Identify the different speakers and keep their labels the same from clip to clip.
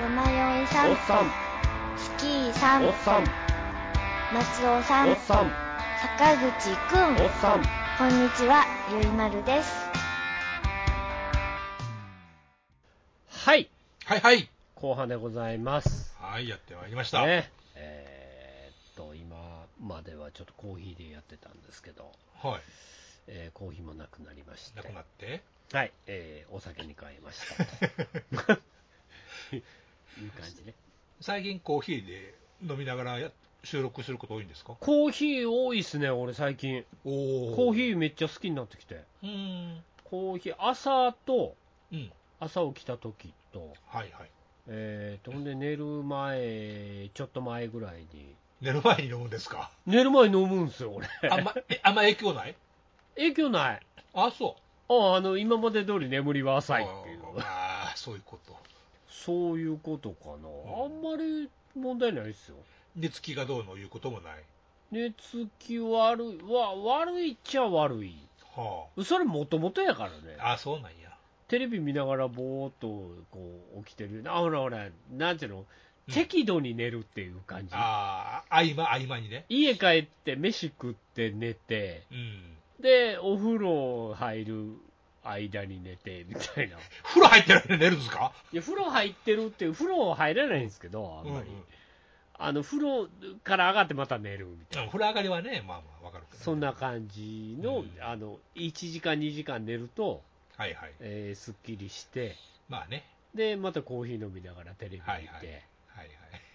Speaker 1: さん
Speaker 2: さん
Speaker 1: スキーさん
Speaker 2: おっさん
Speaker 1: 松尾さ
Speaker 2: お
Speaker 1: ん
Speaker 2: っさん
Speaker 1: 坂口くん
Speaker 2: おっさん
Speaker 1: こんにちはゆいまるです
Speaker 2: はい
Speaker 3: はいはい。
Speaker 2: 後半でございます
Speaker 3: はい、やってまいりました。
Speaker 2: ねえーっと今まではちょっとコーヒーでやってたんですけど、
Speaker 3: は
Speaker 2: えーコーヒーもなくなりまし
Speaker 3: い。なくな
Speaker 2: て
Speaker 3: って。
Speaker 2: はい、えーお酒に変えましたという感じね
Speaker 3: 最近コーヒーで飲みながらや収録すること多いんですか
Speaker 2: コーヒー多いっすね俺最近
Speaker 3: おお。
Speaker 2: コーヒ
Speaker 3: ー。
Speaker 2: ーめっちゃ好きになってきて
Speaker 3: うーん。
Speaker 2: コーヒー朝と
Speaker 3: うん。
Speaker 2: 朝起きた時と
Speaker 3: はいはい。
Speaker 2: えー、とほんで寝る前ちょっと前ぐらいに
Speaker 3: 寝る前に飲むんで すか
Speaker 2: 寝る前に飲むんですよ俺
Speaker 3: あんま、えあんま影響ない
Speaker 2: 影響ない
Speaker 3: あ、そ
Speaker 2: ああの今まで通り眠りは
Speaker 3: う。
Speaker 2: 浅いっていう
Speaker 3: ああ、そういうこと。
Speaker 2: そういうことかな、あんまり問題ないですよ
Speaker 3: 寝つきがどうのいうこともない。
Speaker 2: 寝つき悪いわ悪いっちゃ悪い
Speaker 3: は
Speaker 2: それもともとやからね
Speaker 3: あ。あ、そうなんや。
Speaker 2: テレビ見ながらぼーっとこう起きてるあほらほらなんていうの
Speaker 3: うん
Speaker 2: 適度に寝るっていう感じ、
Speaker 3: ああ、合間合間にね。
Speaker 2: 家帰って飯食って寝て
Speaker 3: うん。
Speaker 2: でお風呂入る間に寝てみたいない
Speaker 3: 風呂入ってるのに寝るんですか
Speaker 2: や風呂入ってるっていう風呂入らないんですけどあんまり、
Speaker 3: うんうん
Speaker 2: あの風呂から上がってまた寝るみたいな、
Speaker 3: うん風呂上がりはね、まあまあ、わかるけど。
Speaker 2: そんな感じの,、
Speaker 3: うん
Speaker 2: あの1時間2時間寝ると、
Speaker 3: はいはい。
Speaker 2: えーすっきりして
Speaker 3: まあね。
Speaker 2: でまたコーヒー飲みながらテレビ見て、
Speaker 3: はいはいはい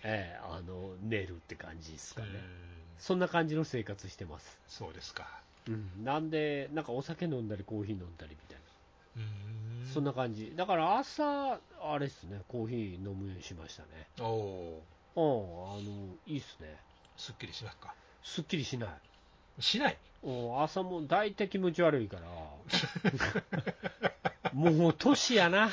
Speaker 2: えーあの寝るって感じですか
Speaker 3: はい。
Speaker 2: ね、
Speaker 3: うん
Speaker 2: そんな感じの生活してます、
Speaker 3: そうですか。
Speaker 2: うん、なんでなんかお酒飲んだりコーヒー飲んだりみたいな
Speaker 3: うーん
Speaker 2: そんな感じ。だから朝、あれっすね、コーヒー飲むようにしましたね。
Speaker 3: おお
Speaker 2: うん、あの、いいっすね。
Speaker 3: すっきりしますか
Speaker 2: すっきりしない。
Speaker 3: しない
Speaker 2: うん、朝も大体気持ち悪いから。もう年やな。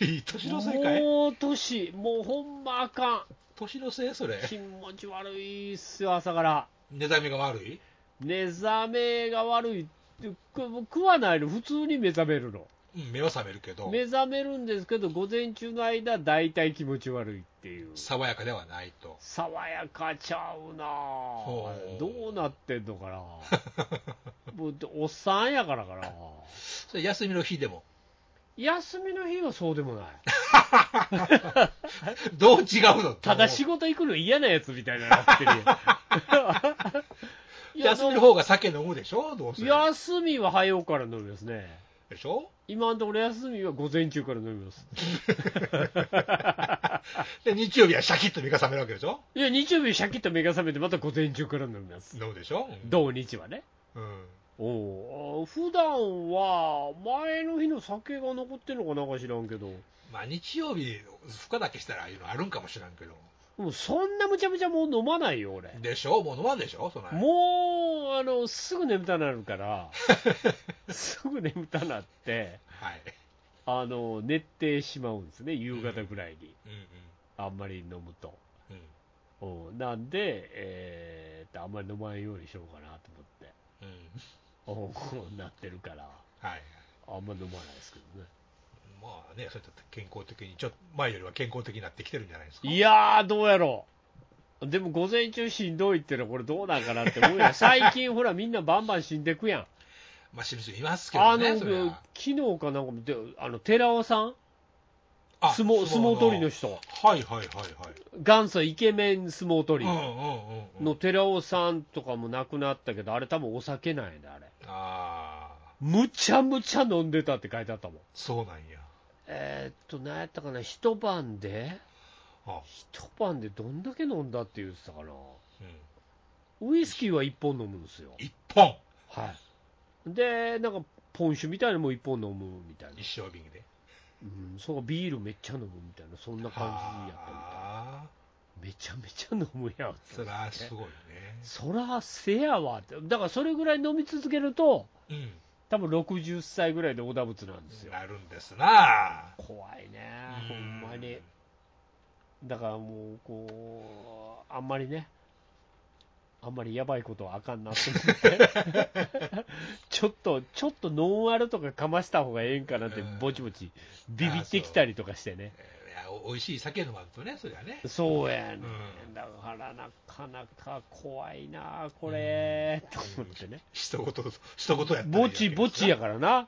Speaker 3: いい年のせいかい
Speaker 2: もう年、もうほんまあか
Speaker 3: 年のせいそれ
Speaker 2: ん。気持ち悪いっすよ、朝から。
Speaker 3: 寝覚めが悪い
Speaker 2: 目覚めが悪いって。く食わないの、普通に目覚めるの。
Speaker 3: うん目は覚めるけど
Speaker 2: 目覚めるんですけど、午前中の間、大体気持ち悪いっていう。
Speaker 3: 爽やかではないと
Speaker 2: 爽やかちゃうな
Speaker 3: ほ
Speaker 2: ぁ
Speaker 3: う
Speaker 2: どうなってんの かなもうおっさんやからかな
Speaker 3: それ休みの日でも
Speaker 2: 休みの日はそうでもない
Speaker 3: どう違うの
Speaker 2: ただ仕事行くの嫌なやつみたいななってるやんいや
Speaker 3: 休みの方が酒飲むでしょどうせ
Speaker 2: 休みは早うから飲みますね
Speaker 3: でしょ
Speaker 2: 今のところ休みは午前中から飲みます
Speaker 3: で日曜日はシャキッと目が覚めるわけでしょ
Speaker 2: いや日曜日シャキッと目が覚めてまた午前中から飲みます
Speaker 3: 飲むでしょ
Speaker 2: 土日はね
Speaker 3: うん、うん
Speaker 2: おう普段は前の日の酒が残ってるのかなんか知らんけど
Speaker 3: まあ日曜日負荷だけしたらああいうのあるんかもしらんけど
Speaker 2: もうそんなむちゃむちゃもう飲まないよ、俺。
Speaker 3: でしょもう飲まんでしょそんな
Speaker 2: もう、あの、すぐ眠たなる から、すぐ眠たなって、
Speaker 3: はい、
Speaker 2: あの、寝てしまうんですね、夕方ぐらいに。
Speaker 3: うん
Speaker 2: あんまり飲むと。
Speaker 3: うんうん
Speaker 2: うんなんで、えーっと、あんまり飲まんようにしようかなと思って
Speaker 3: うん、
Speaker 2: おう、こう なってるから、
Speaker 3: はい。
Speaker 2: あんま飲まないですけどね。
Speaker 3: まあね、そういった健康的に、ちょっと前よりは健康的になってきてるんじゃないですか。
Speaker 2: いやー、どうやろう。でも、午前中しんどいってのは、これどうなんかなって思う やん。最近、ほら、みんなバンバン死んでくやん。
Speaker 3: まあ、清水いますけ
Speaker 2: あの
Speaker 3: どね、そ
Speaker 2: 昨
Speaker 3: れ
Speaker 2: 日
Speaker 3: は。
Speaker 2: かなんかであの寺尾さん
Speaker 3: あ
Speaker 2: 相撲相撲取りの
Speaker 3: 人。
Speaker 2: 人
Speaker 3: はいはいはいはい。
Speaker 2: 元祖イケメン相撲取
Speaker 3: うん
Speaker 2: り
Speaker 3: うんうんうん。
Speaker 2: の寺尾さんとかも亡くなったけどあれ多分お酒なんやねあれ
Speaker 3: ああ、
Speaker 2: むちゃむちゃ飲んでたって書いてあったもん
Speaker 3: そうなんや。
Speaker 2: えーっと何やったかな一晩で
Speaker 3: あ、
Speaker 2: 一晩でどんだけ飲んだって言ってたかな
Speaker 3: うん。
Speaker 2: ウイスキーは1本飲むんですよ
Speaker 3: 一本
Speaker 2: はいでなんかポン酒みたいなのも1本飲むみたいな、
Speaker 3: 一生瓶で。
Speaker 2: うん、そうビールめっちゃ飲むみたいなそんな感じやったみたい
Speaker 3: ああ、
Speaker 2: めちゃめちゃ飲むやん
Speaker 3: そりゃすごいね。
Speaker 2: そらせやわってだからそれぐらい飲み続けると
Speaker 3: うん。
Speaker 2: 多分60歳ぐらいで大ダ仏なんですよ
Speaker 3: なるんですな。
Speaker 2: 怖いね
Speaker 3: う
Speaker 2: ほんまに。だからもうこうあんまりねあんまりやばいことはあかんなと思って ちょっとちょっとノンアルとかかました方がええんかなってぼちぼちビビってきたりとかしてね
Speaker 3: いや、こう美味しい酒飲まんとね、そりゃね。
Speaker 2: そうやねん、
Speaker 3: うん
Speaker 2: だからなかなか怖いな、これ、と思ってね、
Speaker 3: 一言、一言やったらいいわけですな
Speaker 2: ぼちぼちや。からな、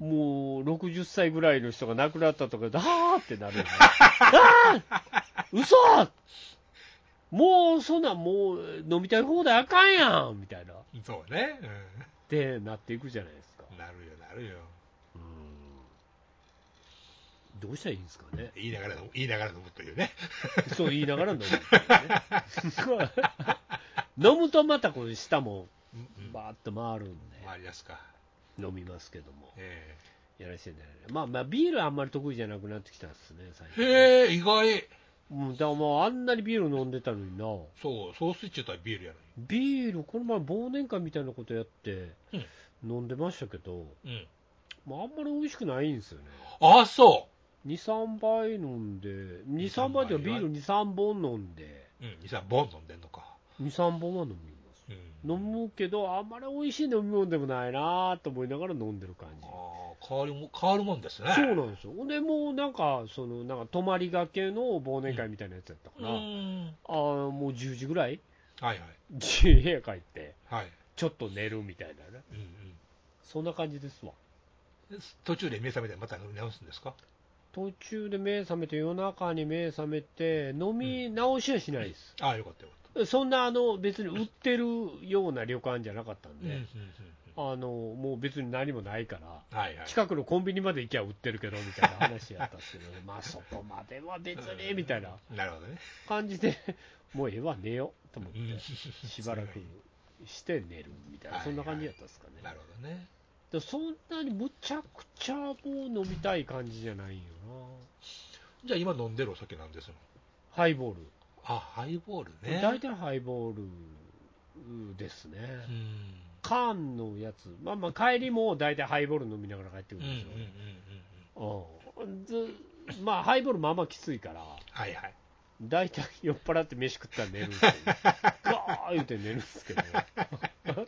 Speaker 3: うん。
Speaker 2: もう60歳ぐらいの人が亡くなったとかで、あーってな るよね、あー嘘もうそんなん、もう飲みたい放題あかんやんみたいな、っ
Speaker 3: そうね。
Speaker 2: てなっていくじゃないですか、
Speaker 3: うん。なるよ、なるよ。
Speaker 2: うんどうしたらいいんですかね、
Speaker 3: 言いながら飲む、言いながら飲むというね。
Speaker 2: そう言いながら飲む っていうね、飲むとまたこの舌も
Speaker 3: うんうん。
Speaker 2: バーっと回るんで。
Speaker 3: 回りやすか。
Speaker 2: 飲みますけども、
Speaker 3: え
Speaker 2: やらせてないまあまあ、ビールはあんまり得意じゃなくなってきたんですね、最近。
Speaker 3: えへえ、意外。
Speaker 2: うん、だからもうあんなにビール飲んでたのにな、
Speaker 3: そう、ソースイッチとはビールやの
Speaker 2: ビール、この前忘年会みたいなことやって
Speaker 3: うん、
Speaker 2: 飲んでましたけど、
Speaker 3: に。うん。
Speaker 2: まあ、あんまり美味しくないんですよね。
Speaker 3: ああ、そ
Speaker 2: 2、3杯飲んで、2、3杯っていうかビール2、3本飲んで、
Speaker 3: う。うん。2、3本飲んでんのか。
Speaker 2: 2、3本は飲みます。
Speaker 3: うん。
Speaker 2: 飲むけど、あんまり美味しい飲み物でもないなぁと思いながら飲んでる感じ。
Speaker 3: ああ、変わるも、変わるもんですね。
Speaker 2: そうなんですよ。ほんで、もうなんか、その、なんか、泊まりがけの忘年会みたいなやつやったか
Speaker 3: う
Speaker 2: ら、あ
Speaker 3: ん。
Speaker 2: あーもう10時ぐらい、
Speaker 3: はいはい。
Speaker 2: 自部屋帰って、
Speaker 3: はい。
Speaker 2: ちょっと寝るみたいなね。
Speaker 3: うんうん。
Speaker 2: そんな感じですわ。
Speaker 3: 途中で目覚めてまた飲み直すんですか
Speaker 2: 途中で目覚めて、夜中に目覚めて、飲み直しはしないです。
Speaker 3: ああ、よかったよかっ
Speaker 2: そんな、あの、別に売ってるような旅館じゃなかったん
Speaker 3: た。うんうん
Speaker 2: で、あの、もう別に何もないから、
Speaker 3: うん。はいはい。
Speaker 2: 近くのコンビニまで行きゃ売ってるけど、みたいな話やったんですけ ど、まあそこまでは別に、みたいな。
Speaker 3: なるほどね。
Speaker 2: 感じで、もうええわ、寝ようと思っ
Speaker 3: うん
Speaker 2: て、しばらくして寝るみたいな、
Speaker 3: はい
Speaker 2: そんな感じやったんですかね。
Speaker 3: なるほどね。
Speaker 2: でそんなにむちゃくちゃもう飲みたい感じじゃないんよな、
Speaker 3: じゃあ今飲んでるお酒なんですよ。
Speaker 2: ハイボール、
Speaker 3: あ、ハイボールね。
Speaker 2: 大体ハイボールですね、
Speaker 3: うん。
Speaker 2: 缶のやつ、まあまあ、帰りも大体ハイボール飲みながら帰ってく
Speaker 3: うんう
Speaker 2: る
Speaker 3: んうんん
Speaker 2: です
Speaker 3: う
Speaker 2: よ
Speaker 3: んうん。
Speaker 2: うんずまあ、ハイボールまあまあきついから、
Speaker 3: はいはい。
Speaker 2: 大体酔っ払って飯食ったら寝るんですよ、ガー言うて寝るんですけど、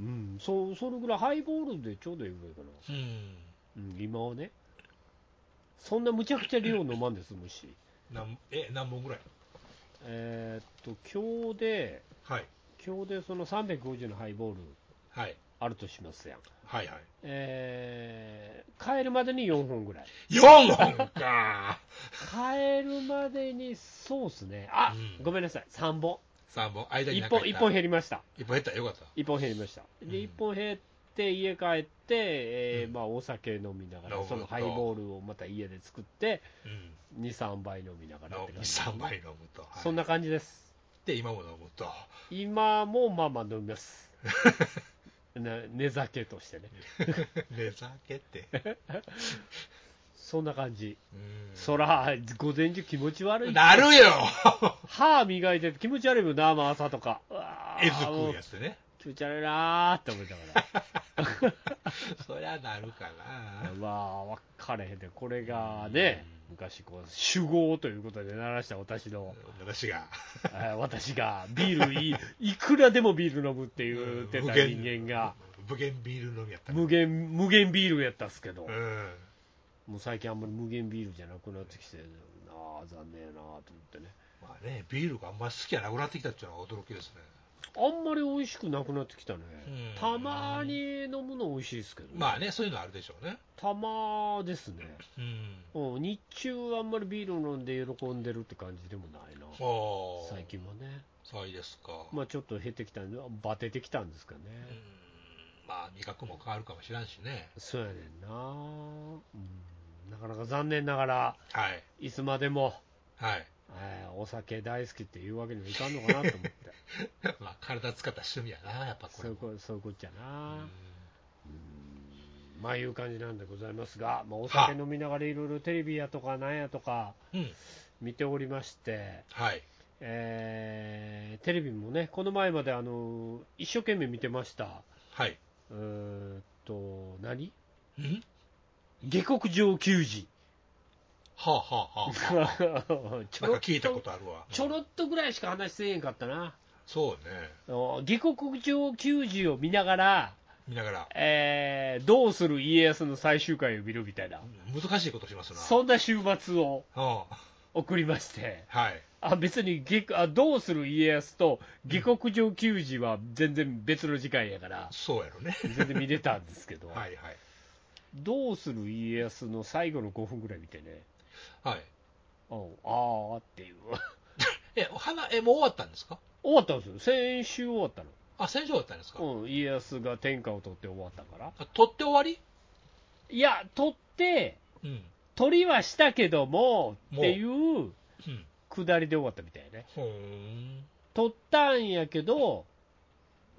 Speaker 2: うん、そそれぐらいハイボールでちょうどいいぐらいかな、
Speaker 3: うん。
Speaker 2: うん、今はね、そんなむちゃくちゃ量飲まんです、むし、
Speaker 3: なんえ、何本ぐらい
Speaker 2: えーっと、今日で、
Speaker 3: はい。
Speaker 2: 今日でその350のハイボール
Speaker 3: はい。
Speaker 2: あるとしますやん、
Speaker 3: はいはい。
Speaker 2: えー帰るまでに4本ぐらい、
Speaker 3: 4本 か
Speaker 2: 帰るまでに、そうっすね、あ、
Speaker 3: うん
Speaker 2: ごめんなさい、3本、
Speaker 3: !3 本。間に
Speaker 2: 1
Speaker 3: 何か
Speaker 2: 本
Speaker 3: 入
Speaker 2: 1
Speaker 3: った
Speaker 2: 本。減りました。
Speaker 3: 1本減った。よかった。
Speaker 2: 一本減りました、で
Speaker 3: うん
Speaker 2: 一本減って、家帰って、えー
Speaker 3: うん
Speaker 2: まあ、お酒飲みなが
Speaker 3: なる
Speaker 2: ら、
Speaker 3: ほど
Speaker 2: そのハイボールをまた家で作って、
Speaker 3: うん。
Speaker 2: 2、3杯飲みながらって感じ
Speaker 3: 3杯飲むと。はい
Speaker 2: そんな感じです、
Speaker 3: で、今も飲むと。
Speaker 2: 今もまあまあ飲みます、 な寝酒としてね、
Speaker 3: 寝酒って。
Speaker 2: そんな感じ、
Speaker 3: うん
Speaker 2: そら、午前中気持ち悪い、
Speaker 3: なる よ
Speaker 2: 歯磨いてて気持ち悪いもんな、まあ、朝とか、うわー
Speaker 3: えずく
Speaker 2: も
Speaker 3: う
Speaker 2: う
Speaker 3: やつね。
Speaker 2: 気持ち悪いなーって思いながら。
Speaker 3: そりゃなるかな。
Speaker 2: まあ、分かれへんで、これがね、昔こう、酒豪ということで鳴らした私の、
Speaker 3: 私が。
Speaker 2: えー私がビールいい、いくらでもビール飲むって言ってた人間が、
Speaker 3: 無限ビール飲みやったから
Speaker 2: 無限、無限ビールやったっすけど、
Speaker 3: うん。
Speaker 2: もう最近あんまり無限ビールじゃなくなってきて、ああ、残念やなと思ってね。
Speaker 3: まあね、ビールがあんまり好きじゃなくなってきたっていうのは驚きですね。
Speaker 2: あんまり美味しくなくなってきたね。
Speaker 3: うん
Speaker 2: たまに飲むの美味しいですけど、
Speaker 3: まあね、そういうのはあるでしょうね。
Speaker 2: たまですね。
Speaker 3: うん。
Speaker 2: うん、日中あんまりビール飲んで喜んでるって感じでもないな。
Speaker 3: おー
Speaker 2: 最。近はね、
Speaker 3: そうですか。
Speaker 2: まあ、ちょっと減ってきたんで、バテてきたんですかね、
Speaker 3: うんまあ、味覚も変わるかもしらんしね。
Speaker 2: そうやねんな、うん、なかなか残念ながら、
Speaker 3: はい。
Speaker 2: いつまでも、
Speaker 3: はい。
Speaker 2: えーお酒大好きっていうわけにはいかんのかなと思 って、
Speaker 3: まあ、体使った趣味やな、やっぱこ
Speaker 2: そう
Speaker 3: れ
Speaker 2: いう
Speaker 3: も。
Speaker 2: こそういうことや
Speaker 3: う
Speaker 2: な、
Speaker 3: ん
Speaker 2: まあいう感じなんでございますが、まあ、お酒飲みながらいろいろテレビやとか、なんやとか
Speaker 3: うん。
Speaker 2: 見ておりまして、
Speaker 3: はい。
Speaker 2: えーテレビもね、この前まであの一生懸命見てました、
Speaker 3: はい。
Speaker 2: うーんと、何
Speaker 3: うん
Speaker 2: 下克上球児。
Speaker 3: はあはあ はあ。
Speaker 2: ちょ
Speaker 3: なん
Speaker 2: ろ
Speaker 3: か
Speaker 2: っ
Speaker 3: 聞いた
Speaker 2: と
Speaker 3: ことあるわ。
Speaker 2: ちょろっとぐらいしか話せえへんかったな、
Speaker 3: そうね。
Speaker 2: あの下克上球児を見ながら、
Speaker 3: 見ながら、
Speaker 2: えーどうする家康の最終回を見るみたいな、
Speaker 3: 難しいことしますな。
Speaker 2: そんな週末を
Speaker 3: うん。
Speaker 2: 送りまして、
Speaker 3: はい。
Speaker 2: あ別に下あどうする家康と下克上球児は全然別の時間やから、
Speaker 3: そうや ろね。
Speaker 2: 全然見れたんですけど、
Speaker 3: はいはい。
Speaker 2: どうする家康の最後の5分ぐらい見てね、
Speaker 3: はい。
Speaker 2: ああーっていう、
Speaker 3: え、お花、え、もう終わったんですか
Speaker 2: 終わったんですよ、先週終わった
Speaker 3: あ、先週終わったんですか、
Speaker 2: の、うん、家康が天下を取って終わったから、
Speaker 3: あ取って終わり
Speaker 2: いや、取って、
Speaker 3: うん。
Speaker 2: 取りはしたけどもっていう
Speaker 3: うん。
Speaker 2: くだりで終わったみたいね。
Speaker 3: ほーん。
Speaker 2: 取ったんやけど、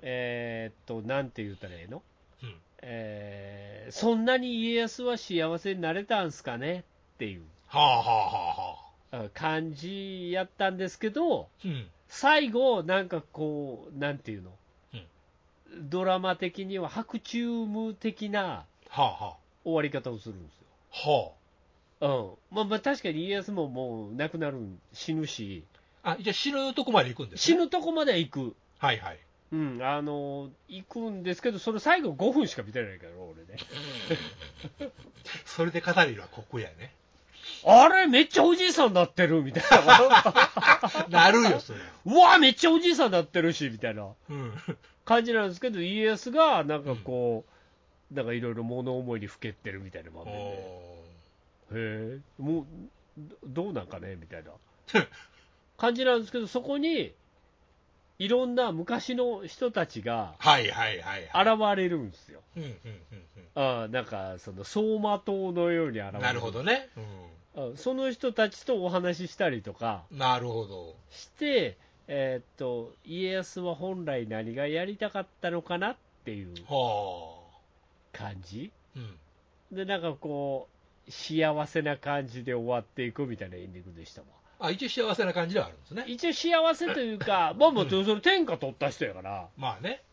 Speaker 2: えーっと、なんて言ったらええの、
Speaker 3: うん
Speaker 2: えーそんなに家康は幸せになれたんすかねっていう
Speaker 3: はあはあはあはあ。
Speaker 2: あ感じやったんですけど、
Speaker 3: うん。
Speaker 2: 最後、なんかこう、なんていうの、
Speaker 3: うん
Speaker 2: ドラマ的には白昼夢的な
Speaker 3: はあは
Speaker 2: 終わり方をするんですよ。
Speaker 3: あ。は
Speaker 2: うんまあ、まあ確かに家康ももう亡くなるん死ぬし、
Speaker 3: あ。あ、じゃあ死ぬとこまで行くんです
Speaker 2: 死
Speaker 3: ね。
Speaker 2: ぬとこまでは行く、
Speaker 3: はいはい。
Speaker 2: うん、あの行くんですけど、その最後5分しか見てないから、俺 ね。
Speaker 3: それで語るのはここや ね。
Speaker 2: あれ、めっちゃおじいさんになってるみたいな、
Speaker 3: なるよ、それ。
Speaker 2: うわ、めっちゃおじいさんになってるしみたいな
Speaker 3: うん。
Speaker 2: 感じなんですけど、家康がなんかこう、なんかいろいろ物思いにふけってるみたいな場
Speaker 3: お
Speaker 2: 面で、へえ、もうどどうなんかねみたい な感じなんですけど、そこにいろんな昔の人たちが
Speaker 3: はいはいはいはい。
Speaker 2: 現れるんですよ。
Speaker 3: うんうんうん
Speaker 2: ああなんかその走馬灯のように現れ
Speaker 3: うん。
Speaker 2: る
Speaker 3: なるほどね。
Speaker 2: あその人たちとお話ししたりとか
Speaker 3: うん。なるほど。
Speaker 2: して、えーっと家康は本来何がやりたかったのかなっていう
Speaker 3: は
Speaker 2: 感じ
Speaker 3: あ。うん。
Speaker 2: でなんかこう幸せな感じで終わっていくみたいなエンディングでしたわ
Speaker 3: あ、一応幸せな感じではあるんですね。
Speaker 2: 一応幸せという かまあもうその天下取った人やから、
Speaker 3: まあね。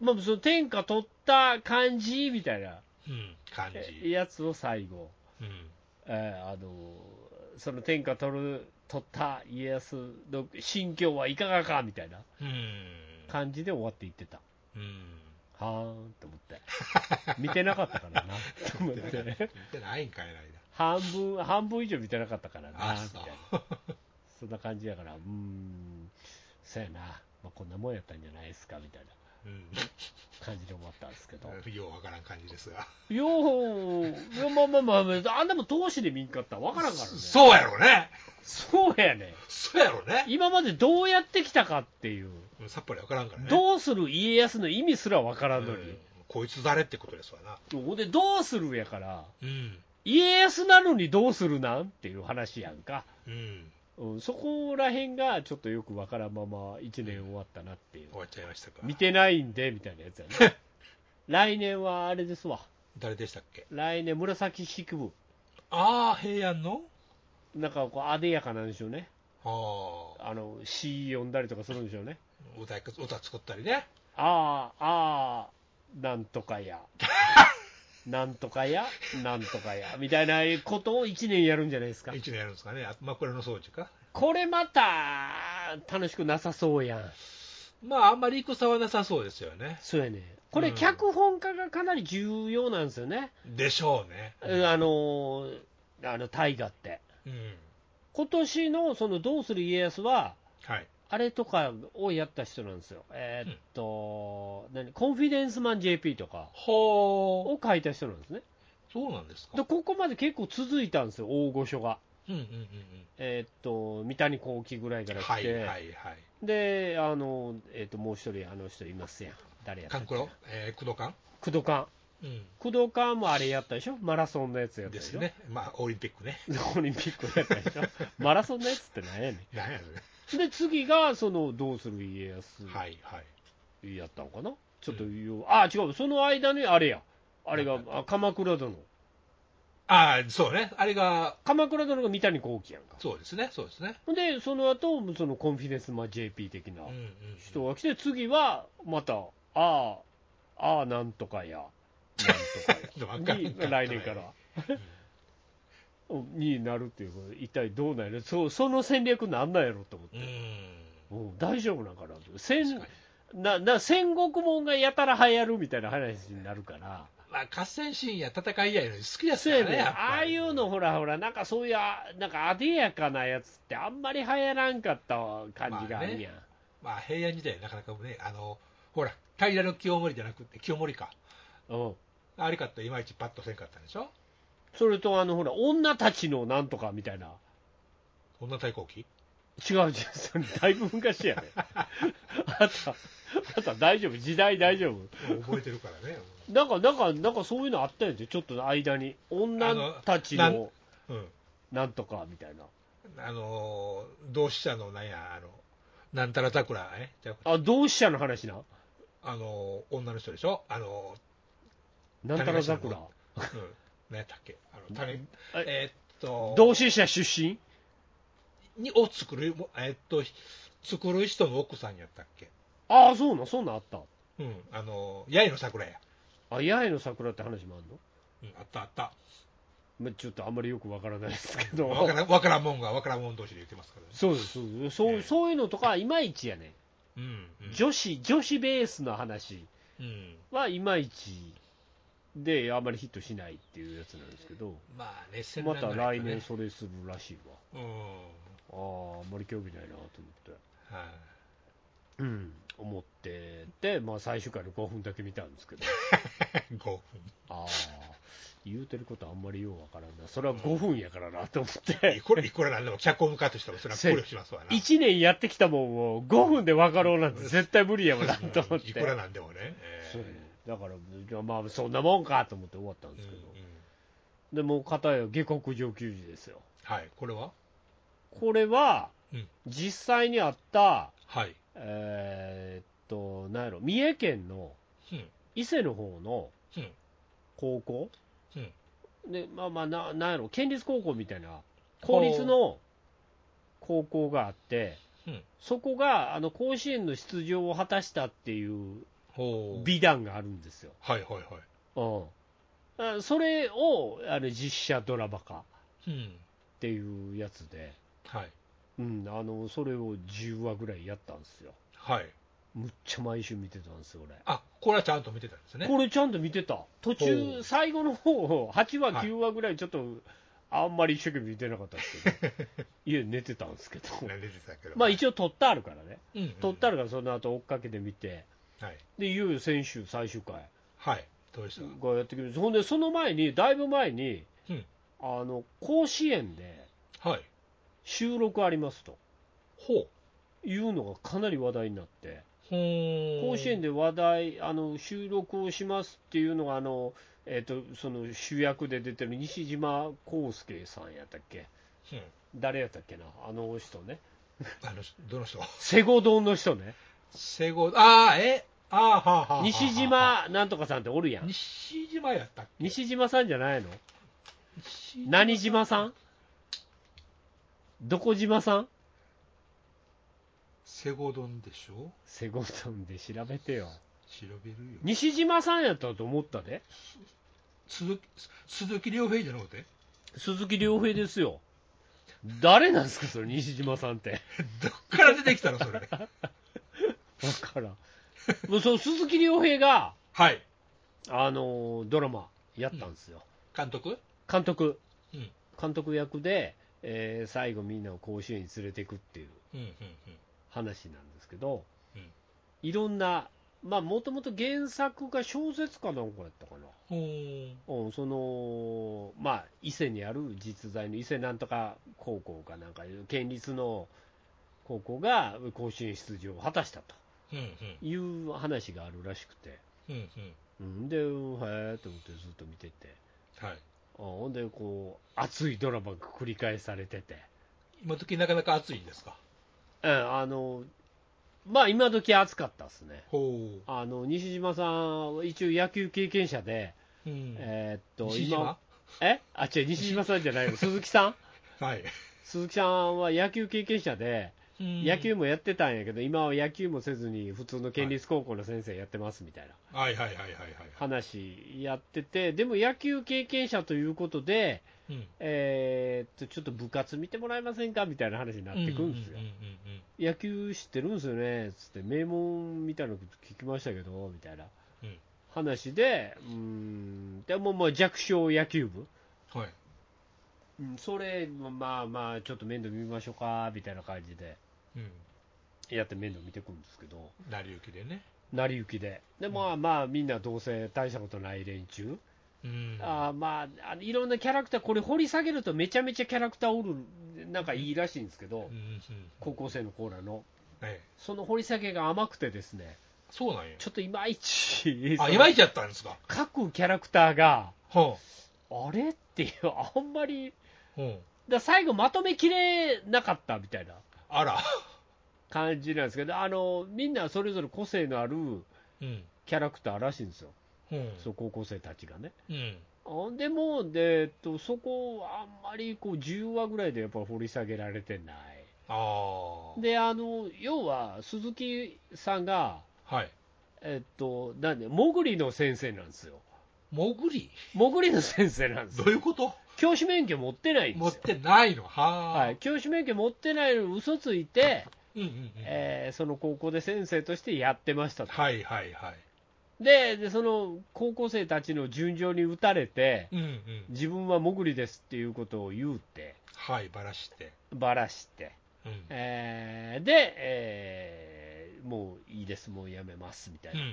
Speaker 2: まあ、その天下取った感じみたいな
Speaker 3: うん。感
Speaker 2: え
Speaker 3: じ。
Speaker 2: やつを最後
Speaker 3: うん。
Speaker 2: えーあのその天下取る取った家康の心境はいかがかみたいな
Speaker 3: うん。
Speaker 2: 感じで終わっていってた、
Speaker 3: うん。
Speaker 2: はーんと思 って、見てなかったからなと思っ
Speaker 3: 言ってない
Speaker 2: て、
Speaker 3: 言ってないんかいない
Speaker 2: 半分半分以上見てなかったから
Speaker 3: な。
Speaker 2: な
Speaker 3: あ、
Speaker 2: みたい
Speaker 3: そう
Speaker 2: な、。そんな感じやから、うーん、そやな、まあ、こんなもんやったんじゃないですかみたいな
Speaker 3: うん。
Speaker 2: 感じで終わったんですけど、
Speaker 3: ようわからん感じですが。
Speaker 2: よう、いやまあまあまあまあ、あんなもん投資で見んかったらわからんからね、
Speaker 3: そうやろね。
Speaker 2: そうやね。
Speaker 3: そうやろね。
Speaker 2: 今までどうやってきたかっていう、
Speaker 3: うんさっぱりわからんからね。
Speaker 2: どうする家康の意味すらわからんの
Speaker 3: うん
Speaker 2: に、
Speaker 3: こいつ誰ってことですわな。
Speaker 2: ほんで、どうするやから、
Speaker 3: うん。
Speaker 2: 家康なのにどうするなんっていう話やんか、
Speaker 3: うん。
Speaker 2: うん、そこらへんがちょっとよくわからんまま1年終わったなっていう、
Speaker 3: 終わっちゃいましたか。
Speaker 2: 見てないんでみたいなやつや ね。来年はあれですわ、
Speaker 3: 誰でしたっけ
Speaker 2: 来年、紫式部、
Speaker 3: ああ、平安の
Speaker 2: なんかこう、あでやかなんでしょうね、
Speaker 3: ああ。
Speaker 2: あの詩読んだりとかするんでしょうね、
Speaker 3: 歌い歌作ったりね。
Speaker 2: ああ、ああ、なんとか や、なんとかや、なんとかや、みたいなことを1年やるんじゃないですか。
Speaker 3: 一年やるんですかね。あ枕の掃除か。
Speaker 2: これまた楽しくなさそうやん。
Speaker 3: まあ、あんまり戦はなさそうですよね。
Speaker 2: そうやね。これ、
Speaker 3: うん
Speaker 2: 脚本家がかなり重要なんですよね。
Speaker 3: でしょうね。
Speaker 2: うんあのー、あの、大河って。
Speaker 3: うん。
Speaker 2: 今年の、その、どうする家康は、
Speaker 3: はい。
Speaker 2: あれとかをやった人なんですよ。えーっと、何コンフィデンスマン JP とか
Speaker 3: ほう。
Speaker 2: を書いた人なんですね。
Speaker 3: そうなんです
Speaker 2: で、
Speaker 3: か。
Speaker 2: ここまで結構続いたんですよ、大御所が。
Speaker 3: うんうんうん
Speaker 2: えーっと、三谷幸喜ぐらいか
Speaker 3: うん。
Speaker 2: ら来
Speaker 3: はい
Speaker 2: て、
Speaker 3: はいはい。
Speaker 2: で、あの、えーっと、もう一人、あの人いますやん。誰やった
Speaker 3: カ
Speaker 2: っ
Speaker 3: ン
Speaker 2: け
Speaker 3: コロ、えー、工藤館
Speaker 2: 工藤館。
Speaker 3: う
Speaker 2: 工藤館もあれやったでしょマラソンのやつやっ
Speaker 3: ん。
Speaker 2: た
Speaker 3: で
Speaker 2: でし
Speaker 3: す
Speaker 2: ょ
Speaker 3: ね。まあ、オリンピックね。
Speaker 2: オリンピックやったでしょ マラソンのやつってなんやね
Speaker 3: なんやそ
Speaker 2: ん。
Speaker 3: れ
Speaker 2: で、次が、その、どうする家
Speaker 3: はいはい。
Speaker 2: 康やったのかな、ちょっと言う、あ、違う、その間にあれや。あれが、あ鎌倉殿。
Speaker 3: ああ、そうね。あれが、
Speaker 2: 鎌倉殿が三谷幸喜やんか。
Speaker 3: そうですね。そうですね。
Speaker 2: ほんで、その後、そのコンフィデンスマン JP 的な
Speaker 3: うんうんうん。
Speaker 2: 人が来て、次は、また、ああ、ああ、なんとかや、なんとか
Speaker 3: わか
Speaker 2: や。
Speaker 3: ん
Speaker 2: に
Speaker 3: ない
Speaker 2: 来年から。 になるっていうこと一体どうなんやろそうその戦略なんなんやろと思っ
Speaker 3: う
Speaker 2: て、
Speaker 3: ん。
Speaker 2: うん大丈夫なんかな戦
Speaker 3: 確かに
Speaker 2: なな戦国門がやたら流行るみたいな話になるから、
Speaker 3: まあ、合戦シーンや戦いやより好きやす
Speaker 2: そう
Speaker 3: か
Speaker 2: やね
Speaker 3: らね、
Speaker 2: ん
Speaker 3: やっぱり
Speaker 2: ああいうのほらほら、なんかそういうあ、なんかあでやかなやつって、あんまり流行らんかった感じがあるやん。
Speaker 3: まあ、平安時代、なかなかね、あのほら、平の清盛じゃなくて、清盛か、
Speaker 2: うん、
Speaker 3: あれかって、いまいちパッとせんかったんでしょ、
Speaker 2: それとあのほら、女たちのなんとかみたいな、
Speaker 3: 女対抗期
Speaker 2: 違う違う、それだいぶ昔やねあった、あった、大丈夫、時代大丈夫。
Speaker 3: 覚えてるからね、
Speaker 2: なんか、なんか、なんかそういうのあったんやで、ちょっとの間に、
Speaker 3: あ
Speaker 2: 女
Speaker 3: の
Speaker 2: たち
Speaker 3: なん
Speaker 2: の
Speaker 3: うん、
Speaker 2: なんとかみたいな。
Speaker 3: あの同志社のなんや、あのなんたら桜、ね、じゃあ
Speaker 2: あ、同志社の話な。
Speaker 3: あの女の人でしょ、あの、
Speaker 2: なんたら桜。
Speaker 3: うん、何やったっけ、あの種
Speaker 2: え
Speaker 3: えーっと、
Speaker 2: 同志社出身
Speaker 3: にを作る、えーっと、作る人の奥さんやったっけ、
Speaker 2: ああ、そうなん、そんなんあった。
Speaker 3: うん、あの八重の桜や、
Speaker 2: あ、八重の桜って話もあるの
Speaker 3: うん、あったあった。
Speaker 2: まあちょっとあんまりよくわからないですけど。
Speaker 3: わからんわからんもんがわからんもん同士で言ってますからね。
Speaker 2: そうです、そうです。そうそういうのとか、いまいちやね。
Speaker 3: うん、うん
Speaker 2: 女子、女子ベースの話
Speaker 3: うん
Speaker 2: はいまいちで、あんまりヒットしないっていうやつなんですけど、
Speaker 3: まあね、戦
Speaker 2: ま
Speaker 3: 乱
Speaker 2: た
Speaker 3: ぐらい
Speaker 2: 来
Speaker 3: かね
Speaker 2: 年それするらしいわ。
Speaker 3: うん、
Speaker 2: ああ、あんまり興味ないなと思って。
Speaker 3: はい、
Speaker 2: うん、思ってて、まあ、最終回の5分だけ見たんですけど、
Speaker 3: 5分。
Speaker 2: ああ、言うてることあんまりようわからんな、それは5分やからなと思って
Speaker 3: い、くらいくらなんでも脚本家としてもそれは考慮しますわな。
Speaker 2: 1年やってきたもんを5分で分かろうなんて絶対無理やもんなと思って、
Speaker 3: いくらなんでもね。えー
Speaker 2: そうだから、じゃあまあ、そんなもんかと思って終わったんですけど
Speaker 3: うん、うん
Speaker 2: でもう、片や下克上球児ですよ、
Speaker 3: はい、これは
Speaker 2: これは
Speaker 3: うん
Speaker 2: 実際にあった、
Speaker 3: はい。
Speaker 2: えーっと、なんやろ、三重県の
Speaker 3: うん
Speaker 2: 伊勢の方の
Speaker 3: うん
Speaker 2: 高校、
Speaker 3: うん
Speaker 2: でまあまあな、なんやろ、県立高校みたいな、公立の高校があって、
Speaker 3: うん
Speaker 2: そこがあの甲子園の出場を果たしたっていう
Speaker 3: ほう。
Speaker 2: 美談があるんですよ、
Speaker 3: はいはいは
Speaker 2: うん、あそれをあの実写ドラマ化っ
Speaker 3: い。うん。
Speaker 2: ていうやつで、
Speaker 3: はい。
Speaker 2: うん、あのそれを10話ぐらいやったんですよ、
Speaker 3: はい。
Speaker 2: むっちゃ毎週見てたんですよ、俺。
Speaker 3: あ、これはちゃんと見てたんですね。
Speaker 2: これちゃんと見てた途
Speaker 3: ほ
Speaker 2: 中
Speaker 3: う
Speaker 2: 最後の方8話
Speaker 3: はい
Speaker 2: 9話ぐらいちょっと、あんまり一生懸命見てなかったんですけ どいや寝てたんですけど
Speaker 3: 慣れてたけど。
Speaker 2: まあ一応撮ったあるからね
Speaker 3: うんうん
Speaker 2: 撮ったあるからその後追っかけて見て
Speaker 3: はい。
Speaker 2: でいよいよ先週最終回
Speaker 3: はい。どうでした
Speaker 2: がやってくるほんでその前にだいぶ前に、
Speaker 3: うん
Speaker 2: あの甲子園で
Speaker 3: はい。
Speaker 2: 収録ありますと
Speaker 3: ほう。
Speaker 2: いうのがかなり話題になって
Speaker 3: ほー
Speaker 2: 甲子園で話題あの収録をしますっていうのがあの、えー、とその主役で出てる西島康介さんやったっけ
Speaker 3: うん
Speaker 2: 誰やったっけなあの人ね
Speaker 3: あの、どの人
Speaker 2: セゴドンの人ね
Speaker 3: セゴ、ああ、えああ、はあ、はあはあ。
Speaker 2: 西。島なんとかさんっておるやん
Speaker 3: 西島やったっけ
Speaker 2: 西島さんじゃないの
Speaker 3: 西
Speaker 2: 何島さんどこ島さん
Speaker 3: セゴドンでしょ
Speaker 2: セゴドンで調べてよ
Speaker 3: 調べるよ。
Speaker 2: 西島さんやったと思ったで
Speaker 3: 鈴木、鈴木亮平じゃなくて
Speaker 2: 鈴木亮平ですよ誰なんですかそれ西島さんって
Speaker 3: どっから出てきたのそれ。
Speaker 2: わからん。もうそう鈴木亮平が、
Speaker 3: はい。
Speaker 2: あのードラマやったんですよ。
Speaker 3: 監督
Speaker 2: 監督、
Speaker 3: うん
Speaker 2: 監督役で、えー最後みんなを甲子園に連れていくっていう
Speaker 3: うんうん
Speaker 2: 話なんですけど、
Speaker 3: うん
Speaker 2: いろんな、まあもともと原作が小説かなんかやったかな。
Speaker 3: うん。ほー
Speaker 2: うん、その、まあ、伊勢にある実在の伊勢なんとか高校かなんかいう、県立の高校が甲子園出場を果たしたと
Speaker 3: うんうん
Speaker 2: いう話があるらしくて、
Speaker 3: うんうん。
Speaker 2: うん、で、うんへえと思ってずっと見てて、
Speaker 3: はい。
Speaker 2: あほんで、こう、熱いドラマが繰り返されてて、
Speaker 3: 今時なかなか暑いんですか
Speaker 2: うん、あの、まあ、今時熱かったですね。
Speaker 3: ほ
Speaker 2: あの、西島さんは一応野球経験者で、
Speaker 3: う。うん。
Speaker 2: えーっと、
Speaker 3: 西島
Speaker 2: 今、えあ、 違う、西島さんじゃないよ、鈴木さん
Speaker 3: はい。
Speaker 2: 鈴木さんは野球経験者で、
Speaker 3: うん
Speaker 2: 野球もやってたんやけど、今は野球もせずに、普通の県立高校の先生やってますみたいな
Speaker 3: はいはいはいはいはいはい、
Speaker 2: 話やってて、でも野球経験者ということで、
Speaker 3: うん、
Speaker 2: えーっとちょっと部活見てもらえませんかみたいな話になってくんですよ。
Speaker 3: うんうんうん
Speaker 2: 野球知ってるんですよねつって名門みたいなこと聞きましたけどみたいな
Speaker 3: うん
Speaker 2: 話でうーんでももう弱小野球部、
Speaker 3: うんはい
Speaker 2: うん、それまあまあちょっと面倒見ましょうかみたいな感じで
Speaker 3: うん
Speaker 2: やって面倒見てくるんですけど
Speaker 3: 成り行きでね
Speaker 2: 成り行きででまあまあみんなどうせ大したことない連中、
Speaker 3: うん
Speaker 2: あーまああのいろんなキャラクターこれ掘り下げるとめちゃめちゃキャラクターおるなんかいいらしいんですけど
Speaker 3: うんうん
Speaker 2: 高校生のコーラの
Speaker 3: ええ
Speaker 2: その掘り下げが甘くてですね
Speaker 3: そうなんや
Speaker 2: ちょっといまいち
Speaker 3: あいまいちやったんですか
Speaker 2: 各キャラクターが、
Speaker 3: は
Speaker 2: あれっていう、あんまり、
Speaker 3: あ、うん、
Speaker 2: だ最後まとめきれなかったみたいな
Speaker 3: あら、
Speaker 2: 感じなんですけど、あの、みんなそれぞれ個性のある
Speaker 3: うん
Speaker 2: キャラクターらしいんですよ。
Speaker 3: うん
Speaker 2: そう、高校生たちがね。
Speaker 3: うん
Speaker 2: ほんでもう、で、えっと、そこをあんまりこう10話ぐらいでやっぱり掘り下げられてない。
Speaker 3: ああ
Speaker 2: で、あの、要は、鈴木さんが、
Speaker 3: はい
Speaker 2: えっと、なんで、モグリの先生なんですよ。
Speaker 3: 潜り
Speaker 2: モグリの先生なんです
Speaker 3: ど
Speaker 2: よ。
Speaker 3: ういうこと
Speaker 2: 教師免許持ってないんです
Speaker 3: 持
Speaker 2: よ。
Speaker 3: ってないのはあ、
Speaker 2: はい、教師免許持ってないのに嘘ついて、
Speaker 3: うんうんうん
Speaker 2: えーその高校で先生としてやってましたと、
Speaker 3: はいはいはい
Speaker 2: ででその高校生たちの順調に打たれて、
Speaker 3: うんうん
Speaker 2: 自分はモグリですっていうことを言うて、
Speaker 3: はいばらして
Speaker 2: ばらして、
Speaker 3: うん
Speaker 2: えーで、えーもういいです、もうやめますみたい
Speaker 3: うんう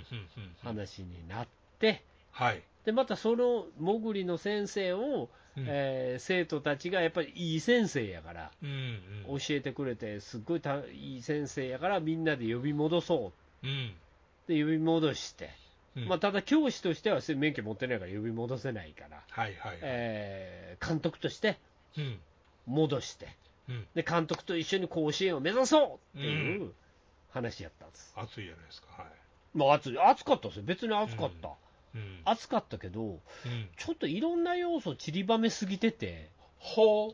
Speaker 2: なん
Speaker 3: うんうん
Speaker 2: 話になって、
Speaker 3: はい
Speaker 2: でまたそのモグリの先生を、
Speaker 3: うん
Speaker 2: えー生徒たちがやっぱりいい先生やから。
Speaker 3: うん
Speaker 2: 教えてくれて、すっごいたいい先生やから、みんなで呼び戻そう
Speaker 3: うん
Speaker 2: で呼び戻して、
Speaker 3: うん
Speaker 2: まあ、ただ教師としては免許持ってないから呼び戻せないから、
Speaker 3: はいはいはい
Speaker 2: えー監督として
Speaker 3: うん
Speaker 2: 戻して
Speaker 3: うん
Speaker 2: で、監督と一緒に甲子園を目指そうっていうう話やったんです。
Speaker 3: 熱いじゃないですかはい
Speaker 2: まあ、暑い暑かったですよ、別に暑かった、
Speaker 3: うん
Speaker 2: 暑かったけど、
Speaker 3: うん
Speaker 2: ちょっといろんな要素散りばめすぎてて、
Speaker 3: ほ